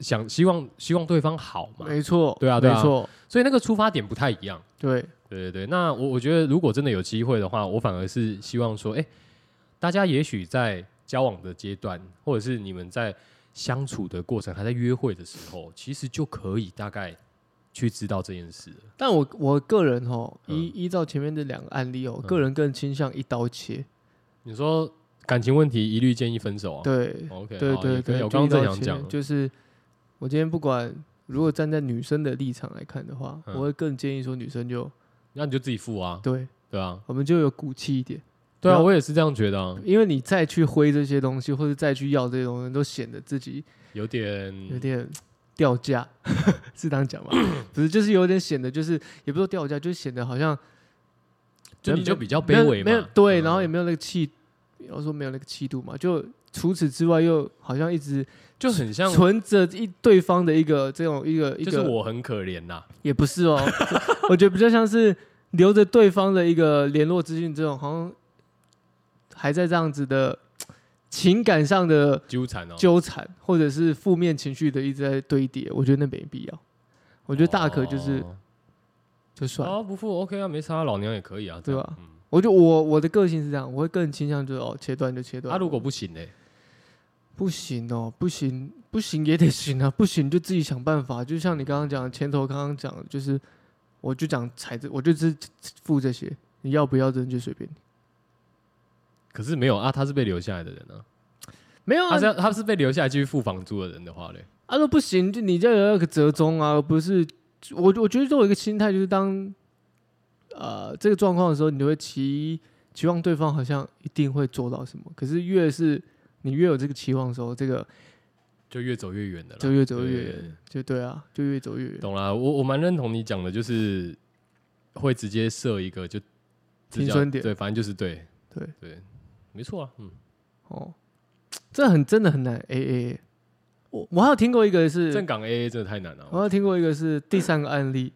想希望希望对方好嘛，
没错，
对啊对啊
没错，
所以那个出发点不太一样。
对，
对对对，那我我觉得如果真的有机会的话，我反而是希望说，哎，大家也许在交往的阶段，或者是你们在相处的过程，还在约会的时候，其实就可以大概去知道这件事了。
但我我个人哦，
嗯
依依照前面这两个案例哦，我
嗯
个人更倾向一刀切。
你说感情问题一律建议分手啊？
对，
，OK，
对
好也可以
对对，
我
就
刚刚
一刀
正想
切
讲，
就是我今天不管，如果站在女生的立场来看的话，
嗯哦
我会更建议说女生就
那你就自己付啊，
对，
对啊，
我们就有骨气一点，
对啊，
然后
我也是这样觉得、啊，
因为你再去挥这些东西，或者再去要这些东西，都显得自己
有点
有点掉价， 是这样讲吗？ 不是，就是有点显得就是也不是说掉价，就是显得好像
就你就比较
没有
卑微
没有
嘛，
对，
嗯
然后也没有那个气，我说没有那个气度嘛，就除此之外又好像一直
就很像，
存着一对方的一个这种一个一
就是
个，
我很可怜呐、
也不是哦， 我觉得比较像是留着对方的一个联络资讯，这种好像还在这样子的情感上的
纠缠哦。
纠缠，或者是负面情绪的一直在堆叠，我觉得那没必要。我觉得大可就是、
哦
就算了。
哦，不付 OK 啊，没差，老娘也可以啊，
对
这样
吧？
嗯，
我就我我的个性是这样，我会更倾向就是哦切断就切断。
啊，如果不行嘞，
不行哦，不行不行也得行啊，不 行就自己想办法。就像你刚刚讲，前头刚刚讲的，就是我就讲踩着，我就只付这些，你要不要扔就随便你。
可是没有啊，他是被留下来的人啊，
没有啊
他，是他是被留下来继续付房租的人的话嘞，
啊说不行，就你就要有那个折中啊，而不是我我觉得作为一个心态，就是当呃这个状况的时候，你就会期期望对方好像一定会做到什么，可是越是你越有这个期望的时候，这个
就越走越远的啦，
就越走越
对
远，就对啊，就越走越远。
懂啦，我我蛮认同你讲的，就是会直接设一个就这
停
叫
损点
对，反正就是对
对
对，没错啊，嗯，
哦，这很真的很难 A A。我我还有听过一个
正
是，哦
港 AA 真的太难了啊
我还
我，
有听过一个是第三个案例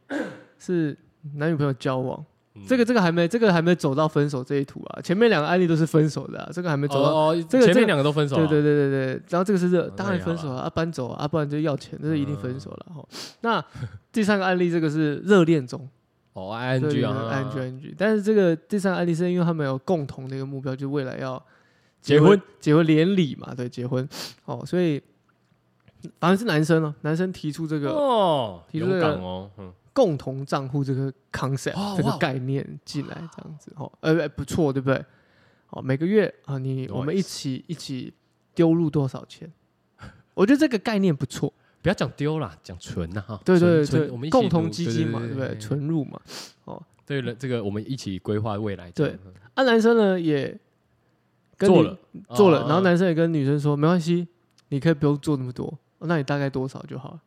是男女朋友交往，
嗯
这个这个还没这个还没走到分手这一途啊，前面两个案例都是分手的、啊，这个还没走到。
哦哦，
这个
前
这
面
个
两个都分手
对
了，
对对对对，然后这个是热，
哦
当然
那也好
分手了啊，搬走啊，啊不然就要钱，这是一定分
嗯
手了哈。那第三个案例这个是热恋中，
哦
对对
，ING 啊
安全安全。但是这个第三个案例是因为他们有共同的一个目标，就是未来要
结婚，
结婚连理嘛，对，结婚哦，所以反正是男生哦，男生提出这个
哦，
提出这
勇
个
敢哦，嗯，
共同账户这个 concept、
哦
这个
哇
概念进来，这样子哦，呃，不错，对不对？哦，每个月啊，你
Nice
我们一起一起丢入多少钱？ 我觉得这个概念不错，
不要讲丢啦，讲存呐哈，
对对
存
对，
存我们一起
共
努
同基金嘛，
对
对不对？存入嘛，哦，
对了，这个我们一起规划未来，
对
这样，嗯
啊，男生呢也跟
做
你
了
做了，然后
呢，
男生也跟女生说没关系，你可以不用做那么多，哦那你大概多少就好了。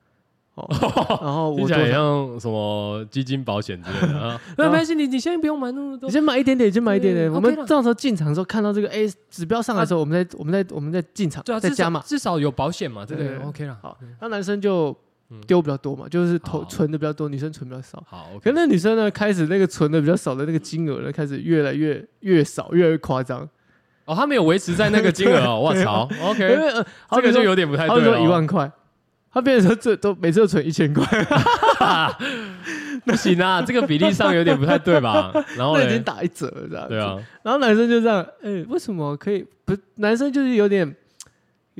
哦，然后
听
我
起来
多
很
少？
像什么基金保险之类的啊，
没关
系，你你先不用买那么
你先买一点点，先买一点点。
嗯
我们
OK 啦
到时候进场的时候看到这个 A 指标上来的时候，我们再我们再我们再进场
对啊，
再
至
加
少
码。
至少有保险嘛，对不
对
对
对
？OK 啦，
好，那男生就丢比较多嘛，就是投
嗯好
存的比较多，女生存比较少。
好
可
，OK，
是那女生呢，开始那个存的比较少的那个金额呢，开始越来越越少，越来越夸张。
哦，他没有维持在那个 金额哦，我操
因
，OK，
为呃好
这
比
个就
说
有点不太
好比
对
说
了，哦
一万块，他变成说这都每次都存一千块，
不行啊，这个比例上有点不太对吧？然后
那已经
嘞，
打一折了，
哦哎
这样子。
对啊，
然后男生就这样，哎、为什么可以不？男生就是有点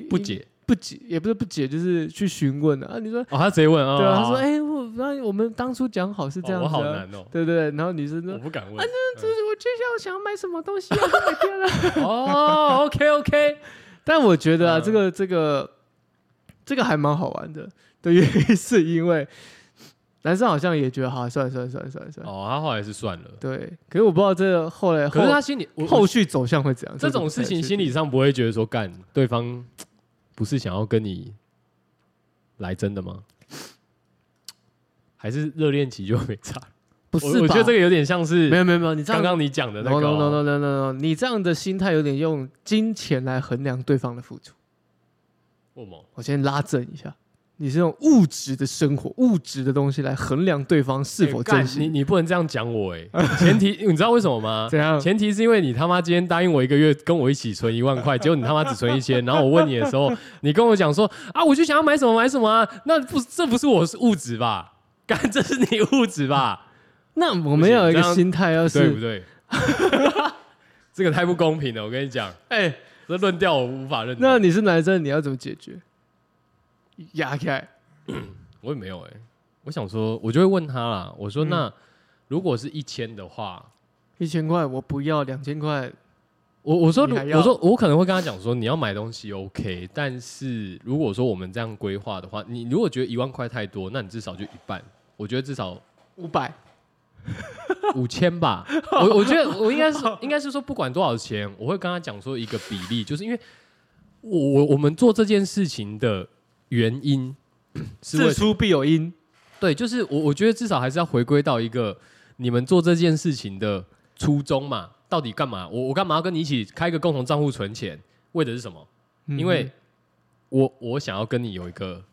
不解
不解，也不是不解，就是去询问的啊。你说
哦，他直接问啊，
对啊，他
好
说哎、我那我们当初讲好是这样
哦我
子、啊
好难哦，
对对对。然后女生说啊
我，不敢问，
就是我就想想要买什么东西啊，就买掉了。
哦，OK OK，
但我觉得啊，
嗯
这个这个这个还蛮好玩的的原因是因为男生好像也觉得，好，算了算了算了算了算了。
哦，他后来是算了，
对，可是我不知道这个后来，
可是
后
他心里我
后续走向会怎样。
这种事情心理上不会觉得说干对方不是想要跟你来真的吗？还是热恋期就没差？
不
我
是吧？
我觉得这个有点像
没
是
有没有没有，你这样
刚刚你讲的那
no
个
no no
哦
no no no no，你这样的心态有点用金钱来衡量对方的付出。
为什么
我先拉正一下，你是用物质的生活、物质的东西来衡量对方是否
哎干
珍惜。
你你不能这样讲我 哎，前提你知道为什么吗？
怎样？
前提是因为你他妈今天答应我一个月跟我一起存一万块，结果你他妈只存一千，然后我问你的时候，你跟我讲说啊，我就想要买什么买什么啊，那不这不是我是物质吧？干，这是你物质吧？
那我们要有
不行
一个
这样
心态，要
对不
是
对？ 这个太不公平了，我跟你讲，
哎、
这论调我无法认同。
那你是男生，你要怎么解决？压开
我也没有哎、我想说，我就会问他啦，我说
嗯
那、如果是一千的话，
一千块，我不要两千块。
我我说如
你还要
我说我可能会跟他讲说你要买东西 OK，但是如果说我们这样规划的话，你如果觉得一万块太多，那你至少就一半，我觉得至少
五百，
五千吧。我我觉得我应该是应该是说不管多少钱，我会跟他讲说一个比例，就是因为我我我们做这件事情的原因是为
事出必有因。
对，就是我我觉得至少还是要回归到一个你们做这件事情的初衷嘛，到底干嘛？我我干嘛要跟你一起开个共同账户存钱？为的是什么？
嗯
因为我我想要跟你有一个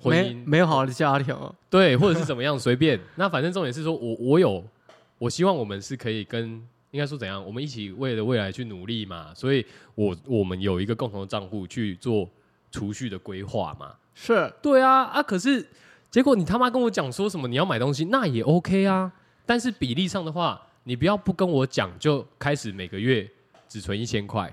婚
没
姻，
没有好的教条啊，
对，或者是怎么样，随便。 那反正重点是说我我有，我希望我们是可以跟，应该说怎样，我们一起为了未来去努力嘛。所以我我们有一个共同的账户去做储蓄的规划嘛。
是
对啊啊，可是结果你他妈跟我讲说什么你要买东西，那也 OK 啊。但是比例上的话，你不要不跟我讲就开始每个月只存一千块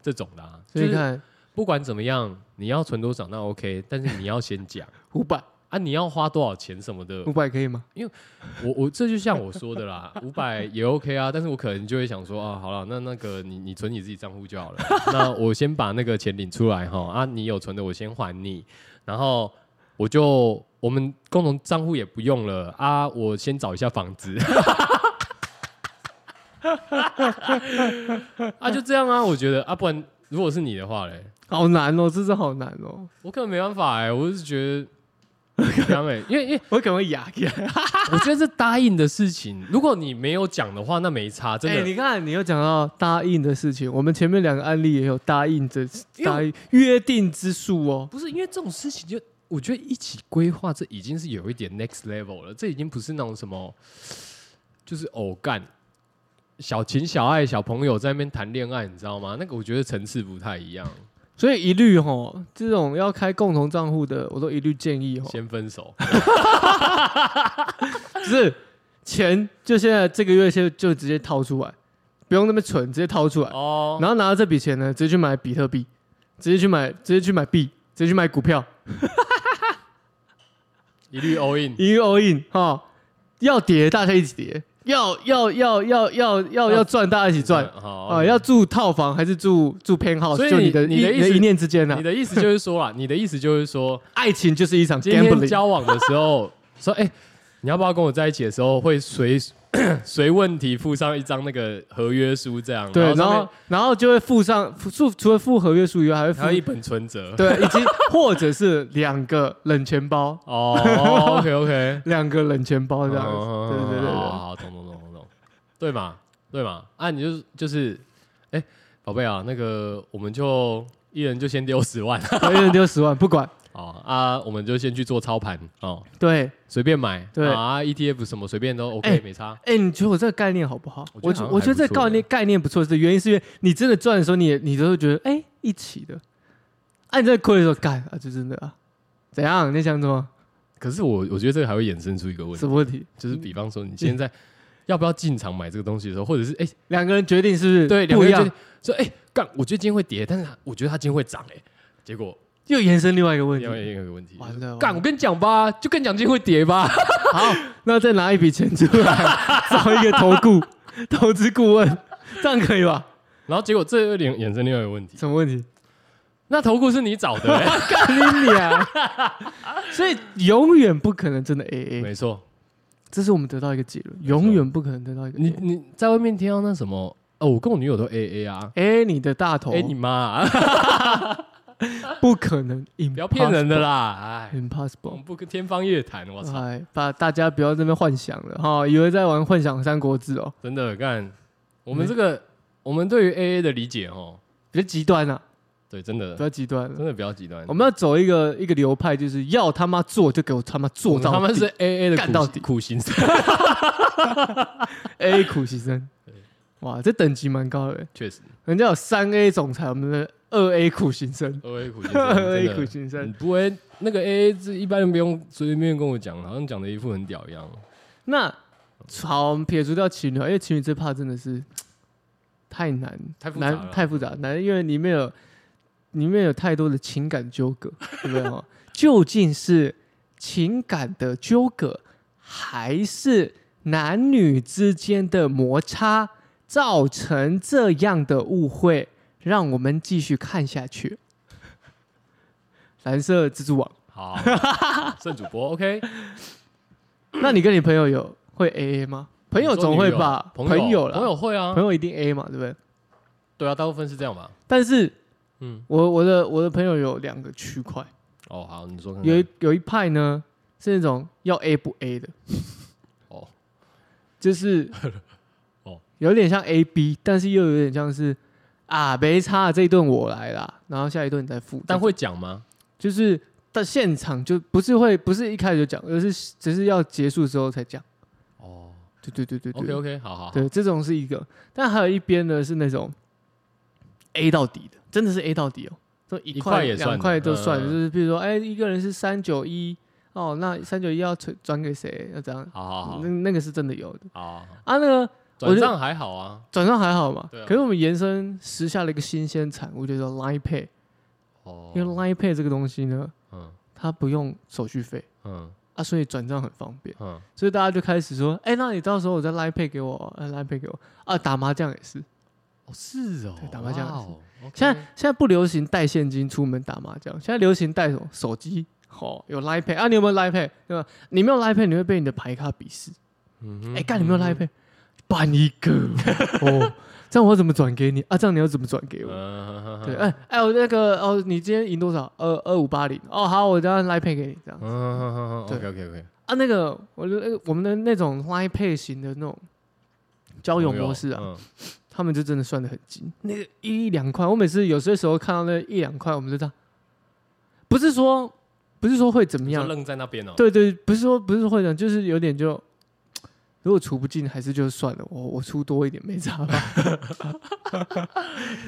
这种的、啊，
所
就
以你
是
看
不管怎么样，你要存多少那 OK，但是你要先讲
五百
啊，你要花多少钱什么的
五，百可以吗？
我我这就像我说的啦，五百也 OK 啊，但是我可能就会想说啊，好了，那那个你你存你自己账户就好了，那我先把那个钱领出来哈，啊，你有存的我先还你，然后我就我们共同账户也不用了啊，我先找一下房子，啊，就这样啊，我觉得啊，不然如果是你的话嘞，
好难哦，这是好难哦，
我可能没办法哎、我是觉得， 杨美，因为因为
我可能会哑起来。
我觉得这答应的事情，如果你没有讲的话，那没差，真
哎、
的。
你看，你又讲到答应的事情，我们前面两个案例也有答应这
因为
答应约定之术哦。
不是因为这种事情就，我觉得一起规划，这已经是有一点 next level 了，这已经不是那种什么，就是偶干。小情小爱，小朋友在那边谈恋爱，你知道吗？那个我觉得层次不太一样，
所以一律吼，这种要开共同账户的，我都一律建议吼，
先分手。
就是钱就现在这个月先就直接掏出来，不用那么存，直接掏出来，
哦，
然后拿到这笔钱呢，直接去买比特币，直接去买，直接去买币，直接去买股票，
一律 all in，
一律 E all in 哈，要跌大家一起跌，要要要要要要要赚大家一起赚。
好
啊、要住套房还是住住 penthouse？
哦所以
就
你
的
你
一
的意
的
思
一念之间呢、啊
你的意思就是说啦，你的意思就是说，
爱情就是一场
今天
gambling。
交往的时候说，哎、你要不要跟我在一起的时候，会随 随问题附上一张那个合约书，这样，
对，然
上面
后然后就会附上附除除了附合约书以外，还会
还有一
附
本存折。
对，以及 或者是两个冷钱包，
哦，OK OK，
两个冷钱包哦这样子。
哦
对对对对
好好懂懂懂懂懂，对嘛对嘛，啊，你就是就是，哎、宝贝啊，那个我们就一人就先丢十万
对，一人丢十万，不管。
哦啊，我们就先去做操盘哦，
对，
随便买，
对
啊，ETF 什么随便都 OK，、
哎
没差。
哎，你觉得我这个概念好不好？
我觉
我
得好像
我觉得这
还不
个
错欸
概念概念不错，是原因是因为你真的赚的时候，你也你都会觉得哎一起的。哎，你在亏的时候干啊，就真的啊，怎样？你在想什么？
可是我我觉得这个还会衍生出一个问题
什。么问题？
就是比方说，你现在要不要进场买这个东西的时候，或者是哎、
两个人决定是不是
对，两
不
个
一
人
样
就？说哎，干、我觉得今天会跌，但是我觉得它今天会涨哎、结果
又延伸另外一个问
另外
题，
一个问题，
完了
干，我跟你讲吧，就跟你讲今天会跌吧，
好，那再拿一笔钱出 来，找一个投顾、投资顾问，这样可以吧？
然后结果这又衍衍生另外一个问题，
什么问题？
那投顾是你找的、 哎
干你啊！ 所以永远不可能真的 A A，
没错，
这是我们得到一个结论，永远不可能得到一个
你
AA。
你在外面听到那什么，哦，我跟我女友都 A A 啊。
A 你的大头
哎、，你妈、 啊，
不可能，
不要骗人的啦！ 哎，我们
，impossible。
不跟天方夜谭，我操，
哎，把大家不要这边幻想了哈，以为在玩幻想三国志哦，
真的干，我
嗯
们这个，我们对于 A A 的理解哦，
别极端啊，
对，真的
不，要极端啊了
真。的比较极端
我。们要走一个一个流派，就是要他妈做就给我他妈做到
他
底。
们是 A A 的
干
苦
到底
苦行僧，
A 苦 行僧，哇，这等级蛮高的。
确实
人家有三 A 总裁，我们的二 A 苦行僧，
二 A 苦行僧，
二
真
A
的嗯
苦行僧
你。不会那个 A A 这一般人不用随随便便跟我讲，好像讲的一副很屌一样。
那好，我们撇除掉情侣，因为情侣这怕真的是太难，
太复杂了
难，太复杂，难，因为里面有里面有太多的情感纠葛，对不对？哦，究竟是情感的纠葛，还是男女之间的摩擦造成这样的误会？让我们继续看下去。蓝色蜘蛛网，
好， 圣主播 OK，
那你跟你朋友有会 A A 吗？朋友总会吧，
你说女
朋
友
友
啊
啦，
朋友会啊
朋，友一定 A 嘛，对不对？
对啊，大部分是这样吧。
但是
嗯，
我我的我的朋友有两个区块，
哦，好，你说看看
有一有一派呢是那种要 A 不 A 的，
哦，
就是
哦
有点像 A B，但是又有点像是啊，没差，这一顿我来啦，然后下一顿你再付。
但会讲吗？
就是到现场就不是会不是一开始就讲，而是只是要结束之后才讲。
哦
对对对对对
，OK OK，好好，好
对，这种是一个，但还有一边呢是那种 A 到底的，真的是 A 到底哦，就
一
一
块
块
也算
两
的
块都
嗯
算，
嗯嗯
就是比如说，哎，一个人是三九一，哦，那三九一要转转给谁？要怎样？
好好好
那那个是真的有的
好，好
啊，那个我
转
就
账还好啊。
转账还好嘛，
对啊
可是我们延伸时下了一个新鲜产物，就是 Line Pay，
哦，
因为 Line Pay 这个东西呢，
嗯
它不用手续费
嗯
啊，所以转账很方便。
嗯，
所以大家就开始说，哎、那你到时候我再 Line Pay 给我，呃，Line Pay 给我啊，打麻将也是。
哦是哦
对，打麻将
哇哦，OK，
现在现在不流行带现金出门打麻将，现在流行带什么手机？哦，有 Line Pay 啊？你有没有 Line Pay？对吧？你没有 Line Pay，你会被你的牌卡鄙视。
嗯
哎、干你没有 Line
来
Pay，办一 个哦，这样我怎么转给你啊？这样你要怎么转给我？
嗯
对，哎、哎，我那个哦，你今天赢多少？二二五八零哦，好，我等下 Line Pay 给你这样
嗯
对
，OK OK OK，
啊。那个我的那个我们的那种 Line Pay 型的那种交友模式啊，
嗯
他们就真的算的很精，那个一两块，我每次有些时候看到那一两块，我们就这样，不是说不是说会怎么
就
样，
愣在那边哦。
对对，不是说不是会这样，就是有点就，如果除不尽，还是就算了，我我出多一点没差 吧。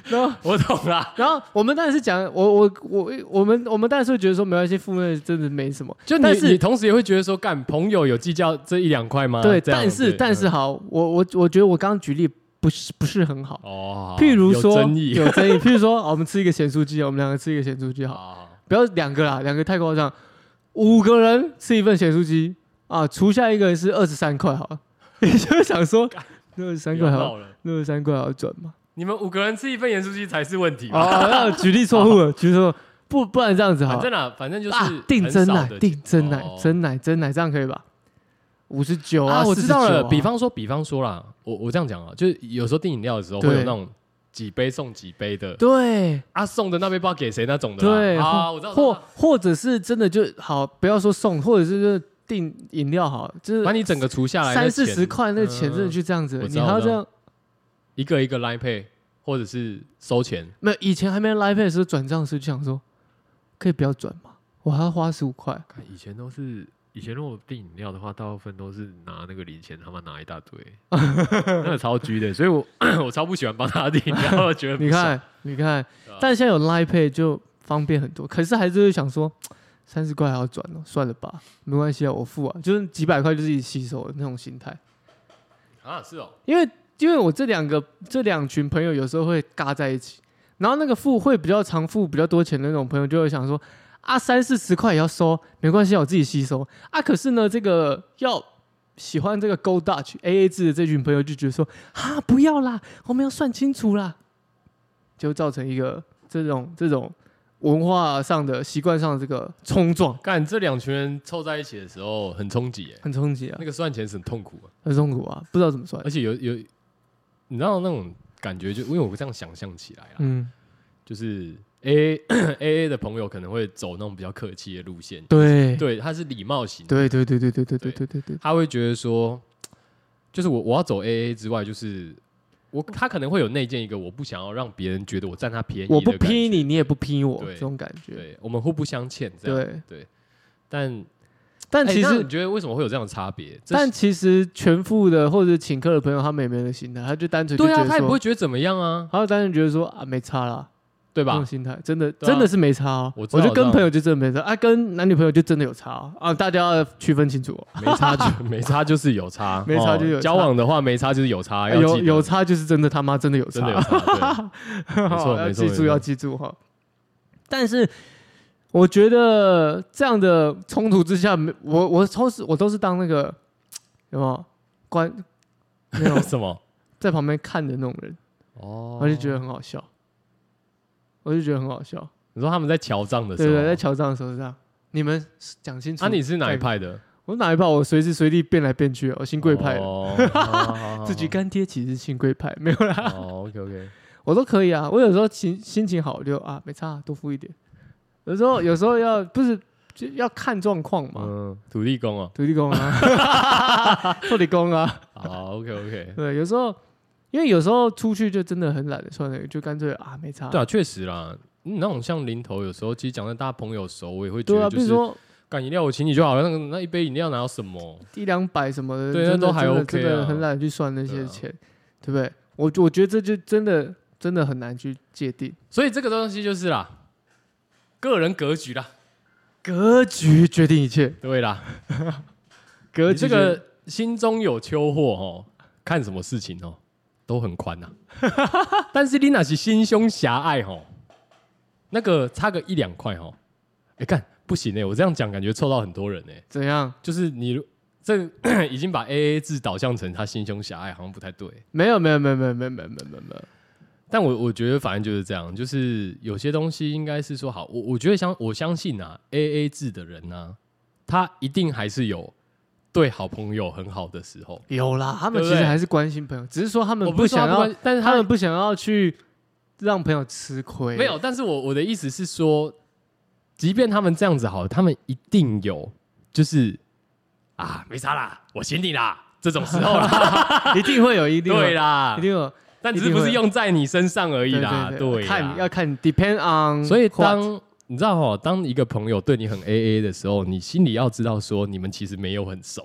然后
我懂 啦，
然后我们当然是讲，我我我我们我们当然是会觉得说没关系，负面真的没什么，
就你
但是
你同时也会觉得说，干朋友有计较这一两块吗？
对，
啊这样
但是
对
但是
嗯
好，我我我觉得我刚刚举例不是不是很好。
哦，
譬如说
有争议，
有争议譬如说，哦我们吃一个咸酥鸡，我们两个吃一个咸酥鸡，好，
好，
不要两个啦，两个太夸张，五个人吃一份咸酥鸡啊，除下一个人是二十三块，好了， 你就想说六十三
不要
块好，
闹了。
六十三块好准吗？
你们五个人吃一份盐酥鸡才是问题
哦，
吧？
那举例错误了，举例错误，不不然这样子
反
好了
正啊，反正就是
啊，定真奶，定真奶，
真
真奶真奶，这样可以吧？五十九
哦啊，我知道了。比
方
方说，比方说啦，我我这样讲啊，就是有时候订饮料的时候会有
对
那种几杯送几杯的，
对
啊，送的那杯不知道给谁那种的啦。
对，
啊，
或
我知道。我知
或
道
或者是真的就好，不要说送，或者是就是订饮料好了，就是
把你整个除下来那
三四
钱
十块那钱真的就这样子
嗯我，知
你
道
还要
我知
这
道
样。
一个一个 line pay，或者是收钱，
没有，以前还没 Live Pay 的时候转账的时候就想说，可以不要转嘛，我还要花十五块。
看以前都是，以前如果订饮料的话，大部分都是拿那个零钱，他妈拿一大 堆，那个超狙的，所以我 我超不喜欢帮他订饮料，我觉得很
你
不爽
看，你看
对啊，
但现在有 Live Pay 就方便很多，可是还是会想说，三十块还要转哦，算了吧，没关系啊，我付啊，就是几百块就自己吸收的那种心态。
啊，是哦，
因为因为我这两个这两群朋友有时候会嘎在一起，然后那个付会比较常付比较多钱的那种朋友就会想说啊三四十块也要收，没关系啊，我自己吸收啊。可是呢，这个要喜欢这个 Go Dutch A A 制的这群朋友就觉得说啊不要啦，我们要算清楚啦，就造成一个这种这种文化上的习惯上的这个冲撞，
干这两群人凑在一起的时候很冲击耶，
很冲击啊
那，个算钱是很痛苦啊，
很痛苦啊，不知道怎么算
而。且有有，你知道那种感觉就，因为我这样想象起来啊，
嗯，
就是 A A A 的朋友可能会走那种比较客气的路线，
对，
对，他是礼貌型，
对对对对对对对对对对。
他会觉得说，就是我我要走 A A 之外，就是我他可能会有内建一个我不想要让别人觉得我占他便宜，
我不批，你，你也不批我，
对
这种感觉。
对，我们互不相欠这样，
对，
但
但
哎
其
那
实
你觉得为什么会有这样的差别？这
但其实全付的或者请客的朋友，他们也没那个心态，他就单纯就
对
觉
啊，
得
他也不
说
会觉得怎么样啊，
他就单纯觉得说啊没差啦，
对
这种
吧？
心态真的
对啊
真的是没差哦。
我知道
我觉得
我知
跟
道
朋友就真的没差啊，跟男女朋友就真的有差哦啊，大家要区分清楚哦，
没差就没差就是有差，
没差
哦
就有差哎
交往的话没差就是有差，啊要
有
记得
有差就是真的他妈真的有
真的
差
有，差，对没 错
要
没
记
错，
住
没错
要记住哈。但是我觉得这样的冲突之下，没我我都是我都是当那个有没有关那种
什么？
在旁边看的那种人，
哦
我就觉得很好笑，我就觉得很好笑。
你说他们在乔账的时
对
候，啊
对，在桥上的时候是这样，你们讲清楚。
啊，你是哪一派的？
我哪一派？我随时随地变来变去，我新贵派的，
哦，
自己干爹其实是新贵派， 没有啦，
哦，OK OK，
我都可以啊。我有时候心心情好就啊，没差啊，多付一点。有时候有时候要不是就要看状况嘛，
嗯，土地公哦，
土地公啊，土地公啊，
好，OK OK，
对，有时候。因为有时候出去就真的很懒得穿了，就干脆啊没差。
对啊，确实啦。嗯那种像零头，有时候其实讲真的大家朋友熟，我也会觉
对
得
啊，比
就
如
是，
说
干饮料我请你就好了，那个那一杯饮料哪有什么？
一两百什么的，
对
真的
那都还
真的
OK 啊
真的很懒得去算那
对
些
啊
钱，对不对？我我觉得这就真的真的很难去界定
所以这个东西就是啦，个人格局啦，
格局决定一切，
对 啦，
格
你
局
这
决
个心中有秋货哦，看什么事情哦都很宽呐、 但是你那是心胸狭隘哦，那个差个一两块哦，哎干不行哎、我这样讲感觉凑到很多人哎、
怎样？
就是你如这 已经把 A A 制导向成他心胸狭隘，好像不太对。
没有没有没有没有没有没有没有没有没有，
但我我觉得反正就是这样，就是有些东西应该是说好，我我觉得相我相信啊，A A 制的人呢、他一定还是有对好朋友很好的时候。
有啦，他们
对
其
不对
实还是关心朋友，只是说他们
我不想
想要，
要，但是
他
他
们不想要去让朋友吃亏，
没有。但是我我的意思是说，即便他们这样子好了，他们一定有就是啊，没啥啦，我请你啦，这种时候啦，
一定会 有，一定
对
会，
啦
一，定有，
但只是不是用在你身上而已
对
啦，
对
对
对，
啦，
看要看 depend on，
所以
what
当你知道哦，当一个朋友对你很 A A 的时候，你心里要知道说你们其实没有很 熟，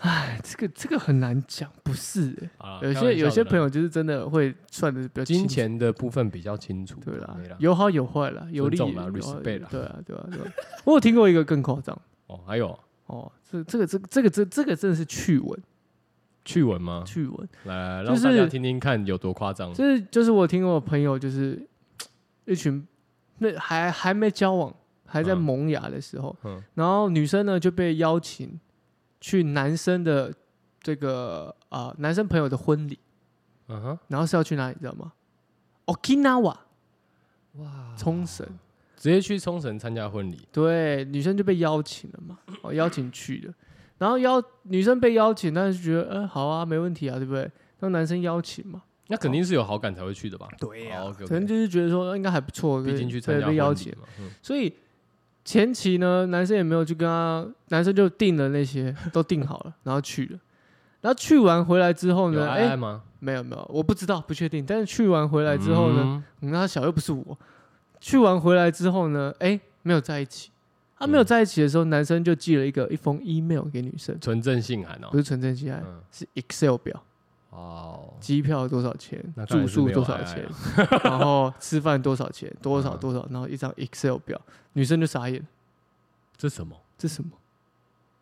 哎这个这个很难讲，不是欸
啊
有些有些朋友就是真的会算的比较清
金
楚
钱的部分比较清楚，啊
对啦
没啦，
有好有坏啦，有利
尊
有
重啦
有好
respect 啦
对啊对啊对啊。 我有听过一个更夸张
哦，还有
哦，这这个这这个这这个真的是趣闻
趣闻吗？
趣闻，
来，
就
让
是
大家听听看有多夸张。
就是就是我听过我朋友就是一群那还还没交往还在
嗯
萌芽的时候，
嗯
然后女生呢就被邀请去男生的这个啊、呃男生朋友的婚礼，
嗯哼，
然后是要去哪里你知道吗？Okinawa
哇
冲绳。
直接去冲绳参加婚礼，
对，女生就被邀请 了嘛，哦，邀请去的。然后邀女生被邀请，但是觉得，嗯、好啊，没问题啊，对不对？那男生邀请嘛，
那肯定是有好感才会去的吧？
对
呀
可能就是觉得说呃应该还不错，
毕
对
竟去参
对
加
被邀
婚礼
请，
嘛。嗯
所以前期呢，男生也没有去跟他，男生就定了那些，都定好了，然后去了。然后去完回来之后
有啊
呢，
爱
哎
爱，吗？
没有没有，我不知道，不确定。但是去完回来之后呢，
嗯，
嗯，他小又不是我。去完回来之后呢，哎、没有在一起。他、没有
嗯
在一起的时候，男生就寄了一个一封 email 给女生，
纯正性函哦
不。是纯正期案，
嗯，
是 Excel 表，
哦，
机票多少钱
那，当
住
然是
宿
没有
多少
爱爱
钱
了，
然后吃饭多少钱，多少
嗯
多少，然后一张 Excel 表，女生就傻眼，
这什么？
这什么？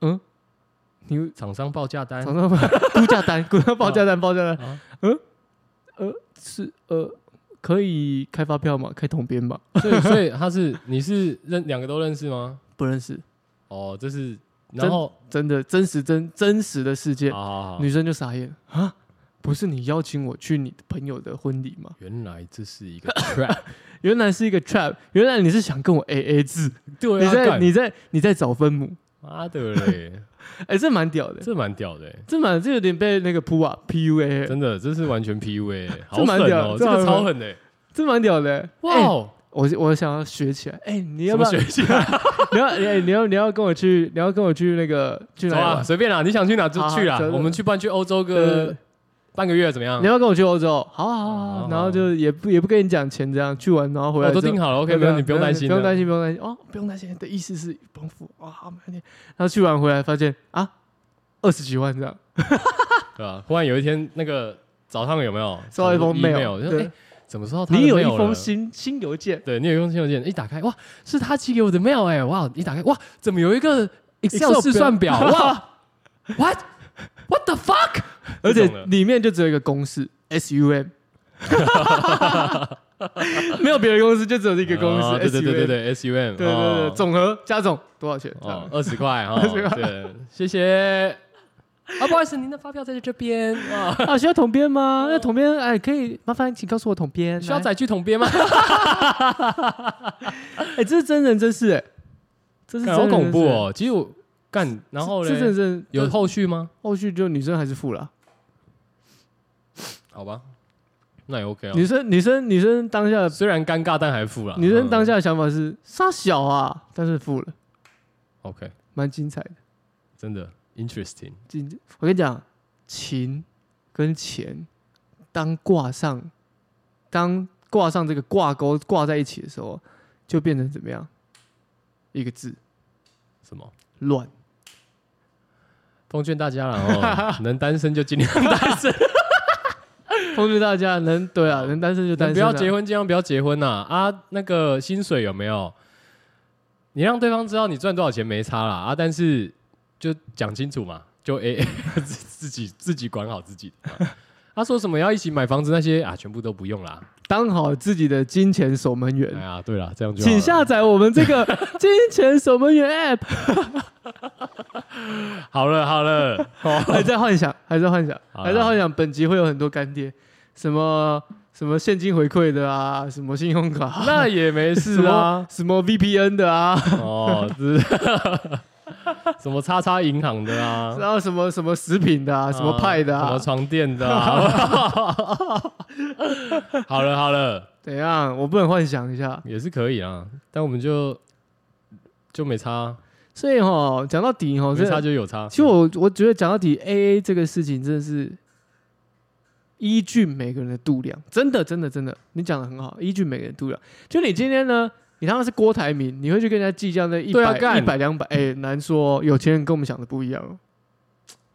嗯，你
厂商报价单
早上 估价单，估价报价单，报价单，嗯
啊？
是呃，可以开发票吗？开统编吗？
所以所以他是你是认两个都认识吗？
不认识，
哦，这是然后
真的真实真真实的事件。
好好好
女生就傻眼啊，不是你邀请我去你朋友的婚礼吗？
原来这是一 个 trap，
原来是一个 trap，原来你是想跟我 A A 制，
对
你
啊，
在
干
你在你在找分母，
妈的嘞，
哎、这蛮屌的，
这蛮屌的欸，
这蛮这有点被那个 p u 啊 P U A，
真的，这是完全 PUA，欸好
这蛮
狠
屌
哦，
这
这
蛮哎
个超狠的欸，
这蛮屌的，
哇
哎
哦，
我我想要学起来，哎、你要
怎
不
么
要
学 啊起来？
你要哎你要你要跟我去你要跟我去那个去
走
哪里
啊，
玩？
随便啦，你想去哪就
好好
去啦
走，走
我们去办去欧洲
对对
个
对
半个月怎么样
呃你？要不要跟我去欧洲？好啊好啊
好
好
好
啊，
好
然后就也不也不跟你讲钱，这样去完然后回来
我
之后、
哦都订好了，OK，
对
没
啊
问题，不用担心
不
的，
用担心，不用担心。哦，不用担心的意思是不用付哦，好，没问题。然后去完回来发现啊，二十几万这样，
对吧？忽然有一天那个早上有没有
收到一封
email，
mail，
就
对
哎，怎么收到他的
你有
mail
一封
了
新新邮件
对你有用信邮件，一打开哇，是他寄给我的 mail 哎、哇，一打开哇，怎么有一个 Excel
Excel
试算表啊
表
哇？What What the fuck？
而
这
且
种的
里面就只有一个公式 SUM，没有别的公司，就只有这
一
个公司
啊哦对
SUM，
对对对对，SUM，
对对对，总和加总多少钱？这
哦
样，
二十块 哈，
20块
对，谢谢。啊，不好意思，您的发票在这边 啊，
啊，需要统编吗？那统编，哎，可以麻烦请告诉我统编。
需要
来
载具统编吗？
哎，这是真人真事哎，这是
干好
真人
恐怖
真事！
哦，其实我干，然后
这这
嘞，
这
有后续吗？
后续就女生还是付了啊。
好吧，那也 OK 啊。
女生女生女生当下的
虽然尴尬，但还付了。
女生当
嗯
下的想法是傻小啊，但是付了，
OK，
蛮精彩的。
真的 interesting。
啊精，我跟你讲，情跟钱当挂上，当挂上这个挂钩挂在一起的时候，就变成怎么样？一个字
什么？
乱。
奉劝大家 了哦，能单身就尽量单身，
奉劝大家能对啊，能单身就 单
能不
身，
要结。婚尽量不要结婚呐啊那个薪水有没有？你让对方知道你赚多少钱没差啦啊，但是就讲清楚嘛，就 A A 自己自己管好自己的 嘛。他说什么要一起买房子那些啊，全部都不用啦。
当好自己的金钱守门员。
哎呀，对了，这样就好
请
了
下载我们这 个金钱守门员 App。
好了好了，
还在幻想，还在幻想，
好啦
还在幻想，本集会有很多干爹，什么什么现金回馈的啊，什么信用 卡啊，
那也没
什
事啊
么。什么 VPN 的啊，
哦，是 什么叉叉银行的啊，
然后什么什么食品的啊，什么派的
什么
啊，
床垫的 啊。好了好了，
怎样？我不能幻想一下。
也是可以啊，但我们就就没差啊，
所以哈，讲到底哈，
没差
这
就有差。
其实我我觉得讲到底 AA 这个事情真的是依据每个人的度量，真的真的真的，你讲的很好，依据每个人的度量。就你今天呢，你他妈是郭台铭，你会去跟人家计较那一
对啊
百
干
一百两百？哎，难说哦，有钱人跟我们想的不一样哦。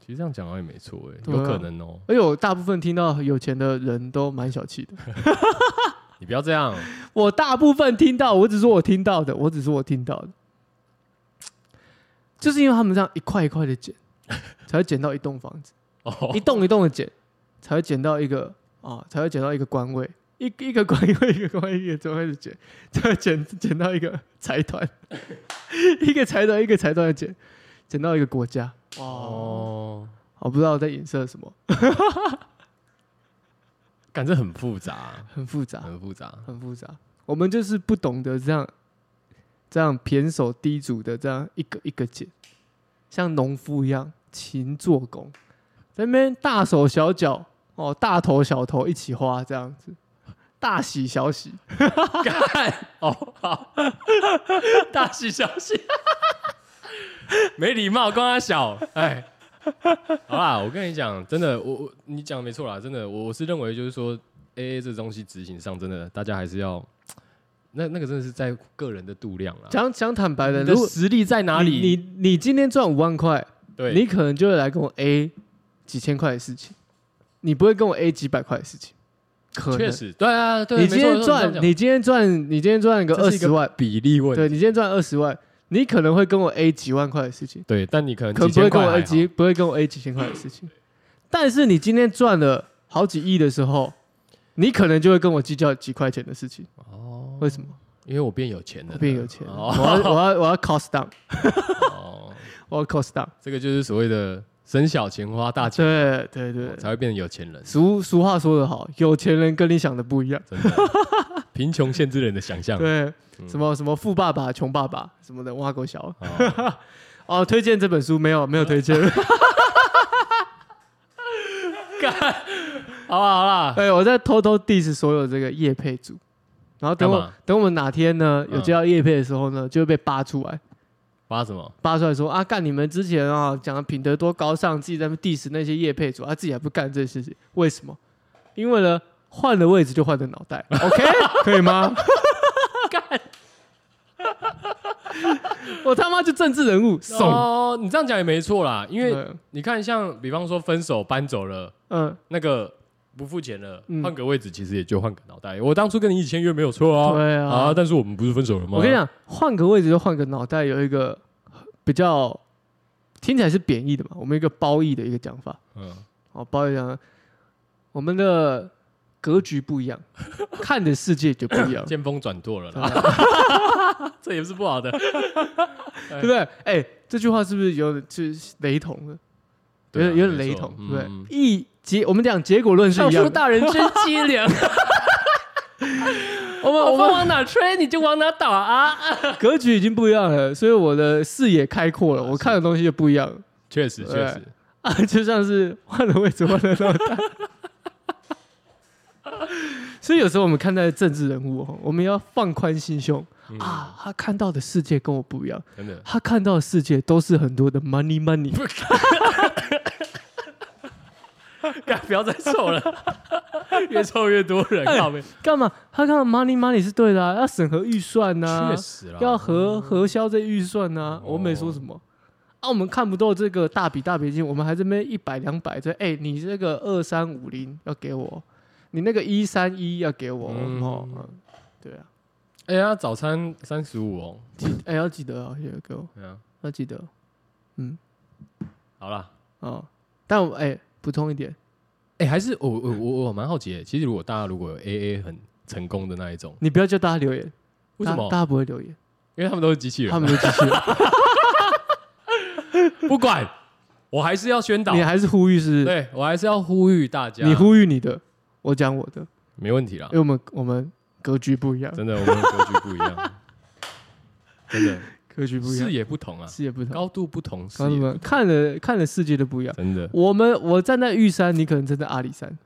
其实这样讲好像也没错哎，
对啊
有可能哦。
而且我大部分听到有钱的人都蛮小气的。
你不要这样，
我大部分听到，我只说我听到的，我只说我听到的，就是因为他们这样一块一块 的捡，才会捡到一栋房子，
哦
一栋一栋的捡，才会捡到一个啊，才会捡到一个官位，一一个官位 一个官位一个官位的捡，才会捡捡到一个财团， 一个财团一个财团的捡，捡到一个国家。哦，
哦，
我不知道我在影射什么，
感觉很复杂，
很复杂。
很复杂。
很复杂。我们就是不懂得这样这样偏手低足的这样一个一个捡，像农夫一样勤做工，在那边大手小脚哦，大头小头一起花这样子，大喜小喜。
干哦，好，大喜小喜， 没礼貌，光他小，哎，好啦，我跟你讲，真的，我我你讲得没错啦，真的，我我是认为就是说，A A 这东西执行上，真的大家还是要，那那个真的是在个人的度量啦，
讲讲坦白的，
啊你的
如果
实力在哪里？
你你你今天赚五万块，
对，
你可能就会来跟我 A 几千块的事情，你不会跟我 A 几百块的事情，可
确
能。
实，对啊，对，
你今天
没错
赚，
这样讲
你今天赚，你今天赚个
这
二
是一个
十万，
比例问题，
对你今天赚二十万，你可能会跟我 A 几万块的事情，
对，但你可能
可能
几
不
千
会跟
块
我 A
还好
几，不会跟我 A 几千块的事情。但是你今天赚了好几亿的时候，你可能就会跟我计较几块钱的事情。
哦，
为什么？
因为我变有钱了，
我变有钱了，
哦
我要我要我要 cost down，
哦
我要 cost down。
这个就是所谓的省小钱花大钱，
对对对，
才会变成有钱人。
俗俗话说得好，有钱人跟你想的不一样。
真的，贫穷限制了你的想象。
对，
嗯
什么什么富爸爸、穷爸爸什么的，挖狗小。
哦
哦，推荐这本书没有没有推荐。
好啦好 啦，
对，哎我在偷偷 diss 所有这个叶配组，然后等
干
我
嘛
等我们哪天呢有接到叶配的时候呢，就会被扒出来，
发什么？
扒出来说啊，干你们之前啊讲的品德多高尚，自己在那边 diss 那些叶配组，啊自己还不干这些事情，为什么？因为呢换了位置就换了脑 袋，OK 可以 吗？ 我他妈就政治人物，怂。
哦，你这样讲也没错啦，因为
对
你看，像比方说分手搬走了，
嗯，
那个不付钱了，
嗯
换个位置其实也就换个脑袋。我当初跟你一起签约没有错啊，
对啊
啊，但是我们不是分手了吗？
我跟你，讲，换个位置就换个脑袋，有一个比较听起来是贬义的嘛，我们有一个褒义的一个讲法。
嗯，
哦，包括讲我们的格局 不一样，看的世界就不一样，
见风转舵了
对
啦，
啊
这也不是不好的。
对不对？哎、这句话是不是有点就是雷同的？有
对啊
点有点
没
雷
错
同，对不对
嗯？
一结我们讲结果论是一样的，
大人真机灵，
我们我
风
们
往哪吹你就往哪倒啊！
格局已经不一样了，所以我的视野开阔
啊
了，我看的东西就不一样了
确实确实
对，啊， 就像是换了位置换了脑袋。 所以有时候我们看待政治人物哦，我们要放宽心胸
嗯
啊，他看到的世界跟我不一样，
真 的。
他看到的世界都是很多的 money money，
干不要再臭 了，越臭越多人，
哎
靠背，
干嘛？他看到 money money 是对的、啊，要审核预算啊呐、
确实啦，
要核核销这预算呐、
哦
我没说什么。啊，我们看不到这个大笔大笔金，我们还这边一百两百，这哎、你这个二三五零要给我，你那个一三一要给我、
嗯
哦，嗯对啊，
哎呀，早餐三十五哦，
哎、要记得啊，要给我，
对啊，
要记得
好了，
哦。但我哎，补、充一点，
哎，还是我我我我蛮好奇的，其实如果大家如果有 A A 很成功的那一种，
你不要叫大家留言，
为什
大
么
大？家不会留言？
因为他们都是机器
他
人，
们就继 续，
不管，我还是要宣导
你，还是呼吁是
对啊我还是要呼吁大家，
你呼吁你的，我讲我的，
没问题啦
因为，我们我们格局不一样，
真的，我们的格局不一 样，真的
格局不一样
视，野不同啊，
视野不同，
高度不同，视
高什
野
啊么看的看的世界都不一样。
真的
我们我站在玉山，你可能站在阿里山，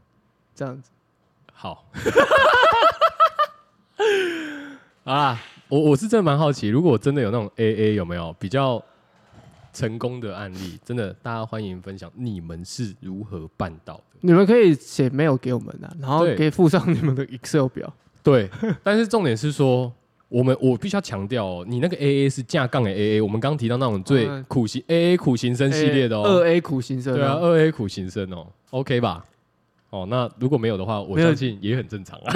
这样子。
好。 啊，我我是真的蛮好奇，如果真的有那种 AA 有没有比较成功的案例？真的，大家欢迎分享你们是如何办到的。
你们可以写 mail 给我们啊，然后
对
可以附上你们的 Excel 表。
对，但是重点是说，我们我必须要强调哦，你那个 AA 是架杠的 AA，我们刚提到那种最
嗯
苦行 AA 苦行僧系列的哦，
哎二 A 苦行僧、
对啊，，二 A 苦行僧哦，OK 吧？哦，那如果没有的话，我
没有
相信也很正常 啊。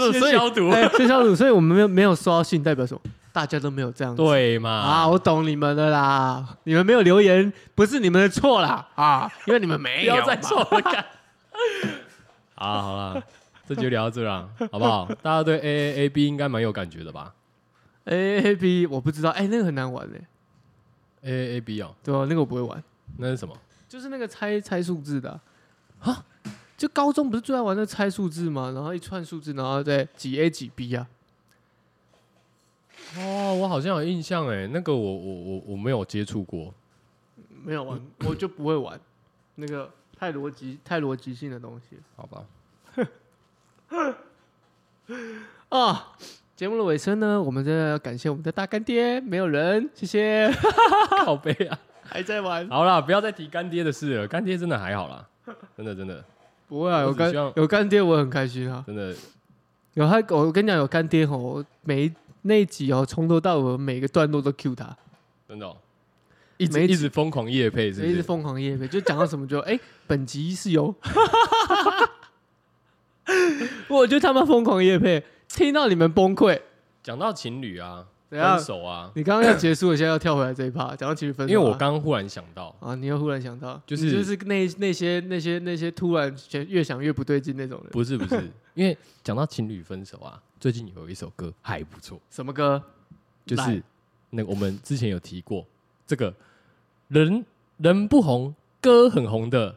所以
先消毒，
哎，谢消毒，所以我们没有没有收到信，代表什么？大家都没有这样子。
对嘛？
啊，我懂你们的啦，你们没有留言不是你们的错啦啊，因为你们
不
没有
要再
嘛
臭了，干。
啊，哎 好啦，这集就聊到这啦，好不 好？大家对 A A A B 应该蛮有感觉的吧
A A B 我不知道，哎、那个很难玩哎、
？A A A B 哦，
对啊吧、那个我不会玩，
那是什么？
就是那个猜猜数字的啊，啊就高中不是最爱玩那猜数字吗？然后一串数字，然后再几 A 几 B 啊，
哦，我好像有印象哎，那个我我我我没有接触过。
没有玩，我就不会玩那个太逻辑、太逻辑性的东西
好吧，
啊。节目的尾声呢，我们真的要感谢我们的大干爹，没有人，谢谢，
靠背啊！
还在玩，
好啦，不要再提干爹的事了，干爹真的还好啦，真的真的
不会啊，
我
有
只
干
希望
有干爹，我很开心啊。
真的
有他，我跟你讲，有干爹吼，我每一那一集哦，从头到尾每个段落都 Q 他，
真的哦，一直
每一集
一直疯狂夜配，是
所
不
以是
是？
疯狂夜配，就讲到 什么就哎、本集是由， 我就他妈疯狂夜配，听到你们崩溃。
讲到情侣啊，
怎样
分手啊，
你刚刚要结束了，现在要跳回来这一趴，讲到情侣分
因
手啊、
为我刚忽然想到，
啊，你又忽然想到，
就是
你就是那那些那些那些突然觉得越想越不对劲那种人。
不是不 是，因为讲到情侣分手啊，最近有一首歌还不错。
什么歌？
就是那个我们之前有提过，这个人人不红，歌很红的，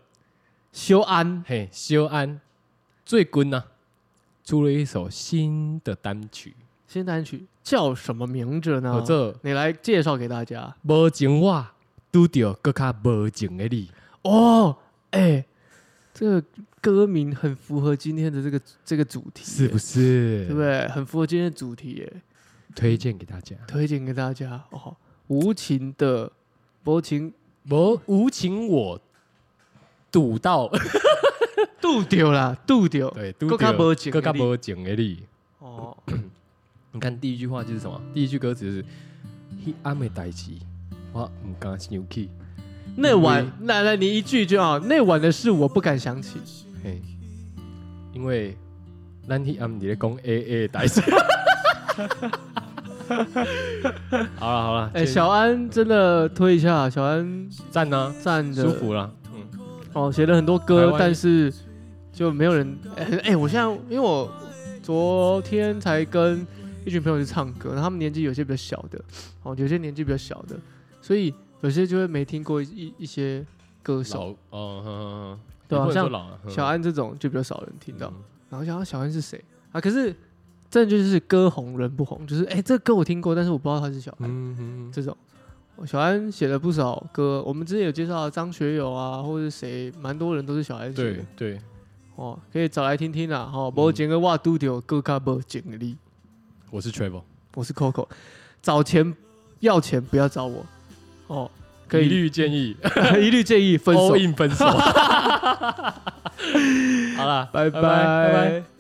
修安
嘿，修安最滚呐、出了一首新的单曲，
新单曲叫什么名字
叫
呢？
做《
你来介绍给大家。
无情我拄着更加无情的你》。
哦，哎、这个歌名很符合今天的这个这个主题，
是不
对不
是？
对？很符合今天的主题耶，
推荐给大家。
推荐给大家哦。无情的薄情
无无情我堵到，
度丢啦，度丢
对，
哦更加无情的
更加
你
无情的你。
哦，
你看第一句话就是什么？第一句歌词就是“迄暗的代志，我唔敢想起”。
那
嗯
晚来来你一句就好，那晚的事我不敢想起。
嘿，因为咱迄暗伫咧讲 A A 代志。好了好了，
哎、
哎，
小安真的推一下，小安
赞呢，
站的
舒服了，嗯，
哦，写了很多
台
歌
湾，
但是就没有人。哎、哎我现在因为我昨天才跟一群朋友去唱歌，然后他们年纪有些比较小的，哦，有些年纪比较小的，所以有些就会没听过一一一些歌手，
老哦呵呵呵，
对啊
也不能说
像
老啊呵呵
小安这种就比较少人听到。
嗯
然后想到小安是谁啊？可是这就是歌红人不红，就是哎、这个歌我听过，但是我不知道他是小安、
嗯嗯嗯
这种。哦小安写了不少歌，我们之前有介绍啊张学友啊，或者谁，蛮多人都是小安写的
对。对，
哦，可以找来听听啦。哦，无钱的我拄着更加无钱的你。
我是 Travel，
我是 Coco，找钱要钱不要找我。哦，可以
一律哦建议
一律建议分手
all。in 分手。好啦，
拜
拜拜
拜。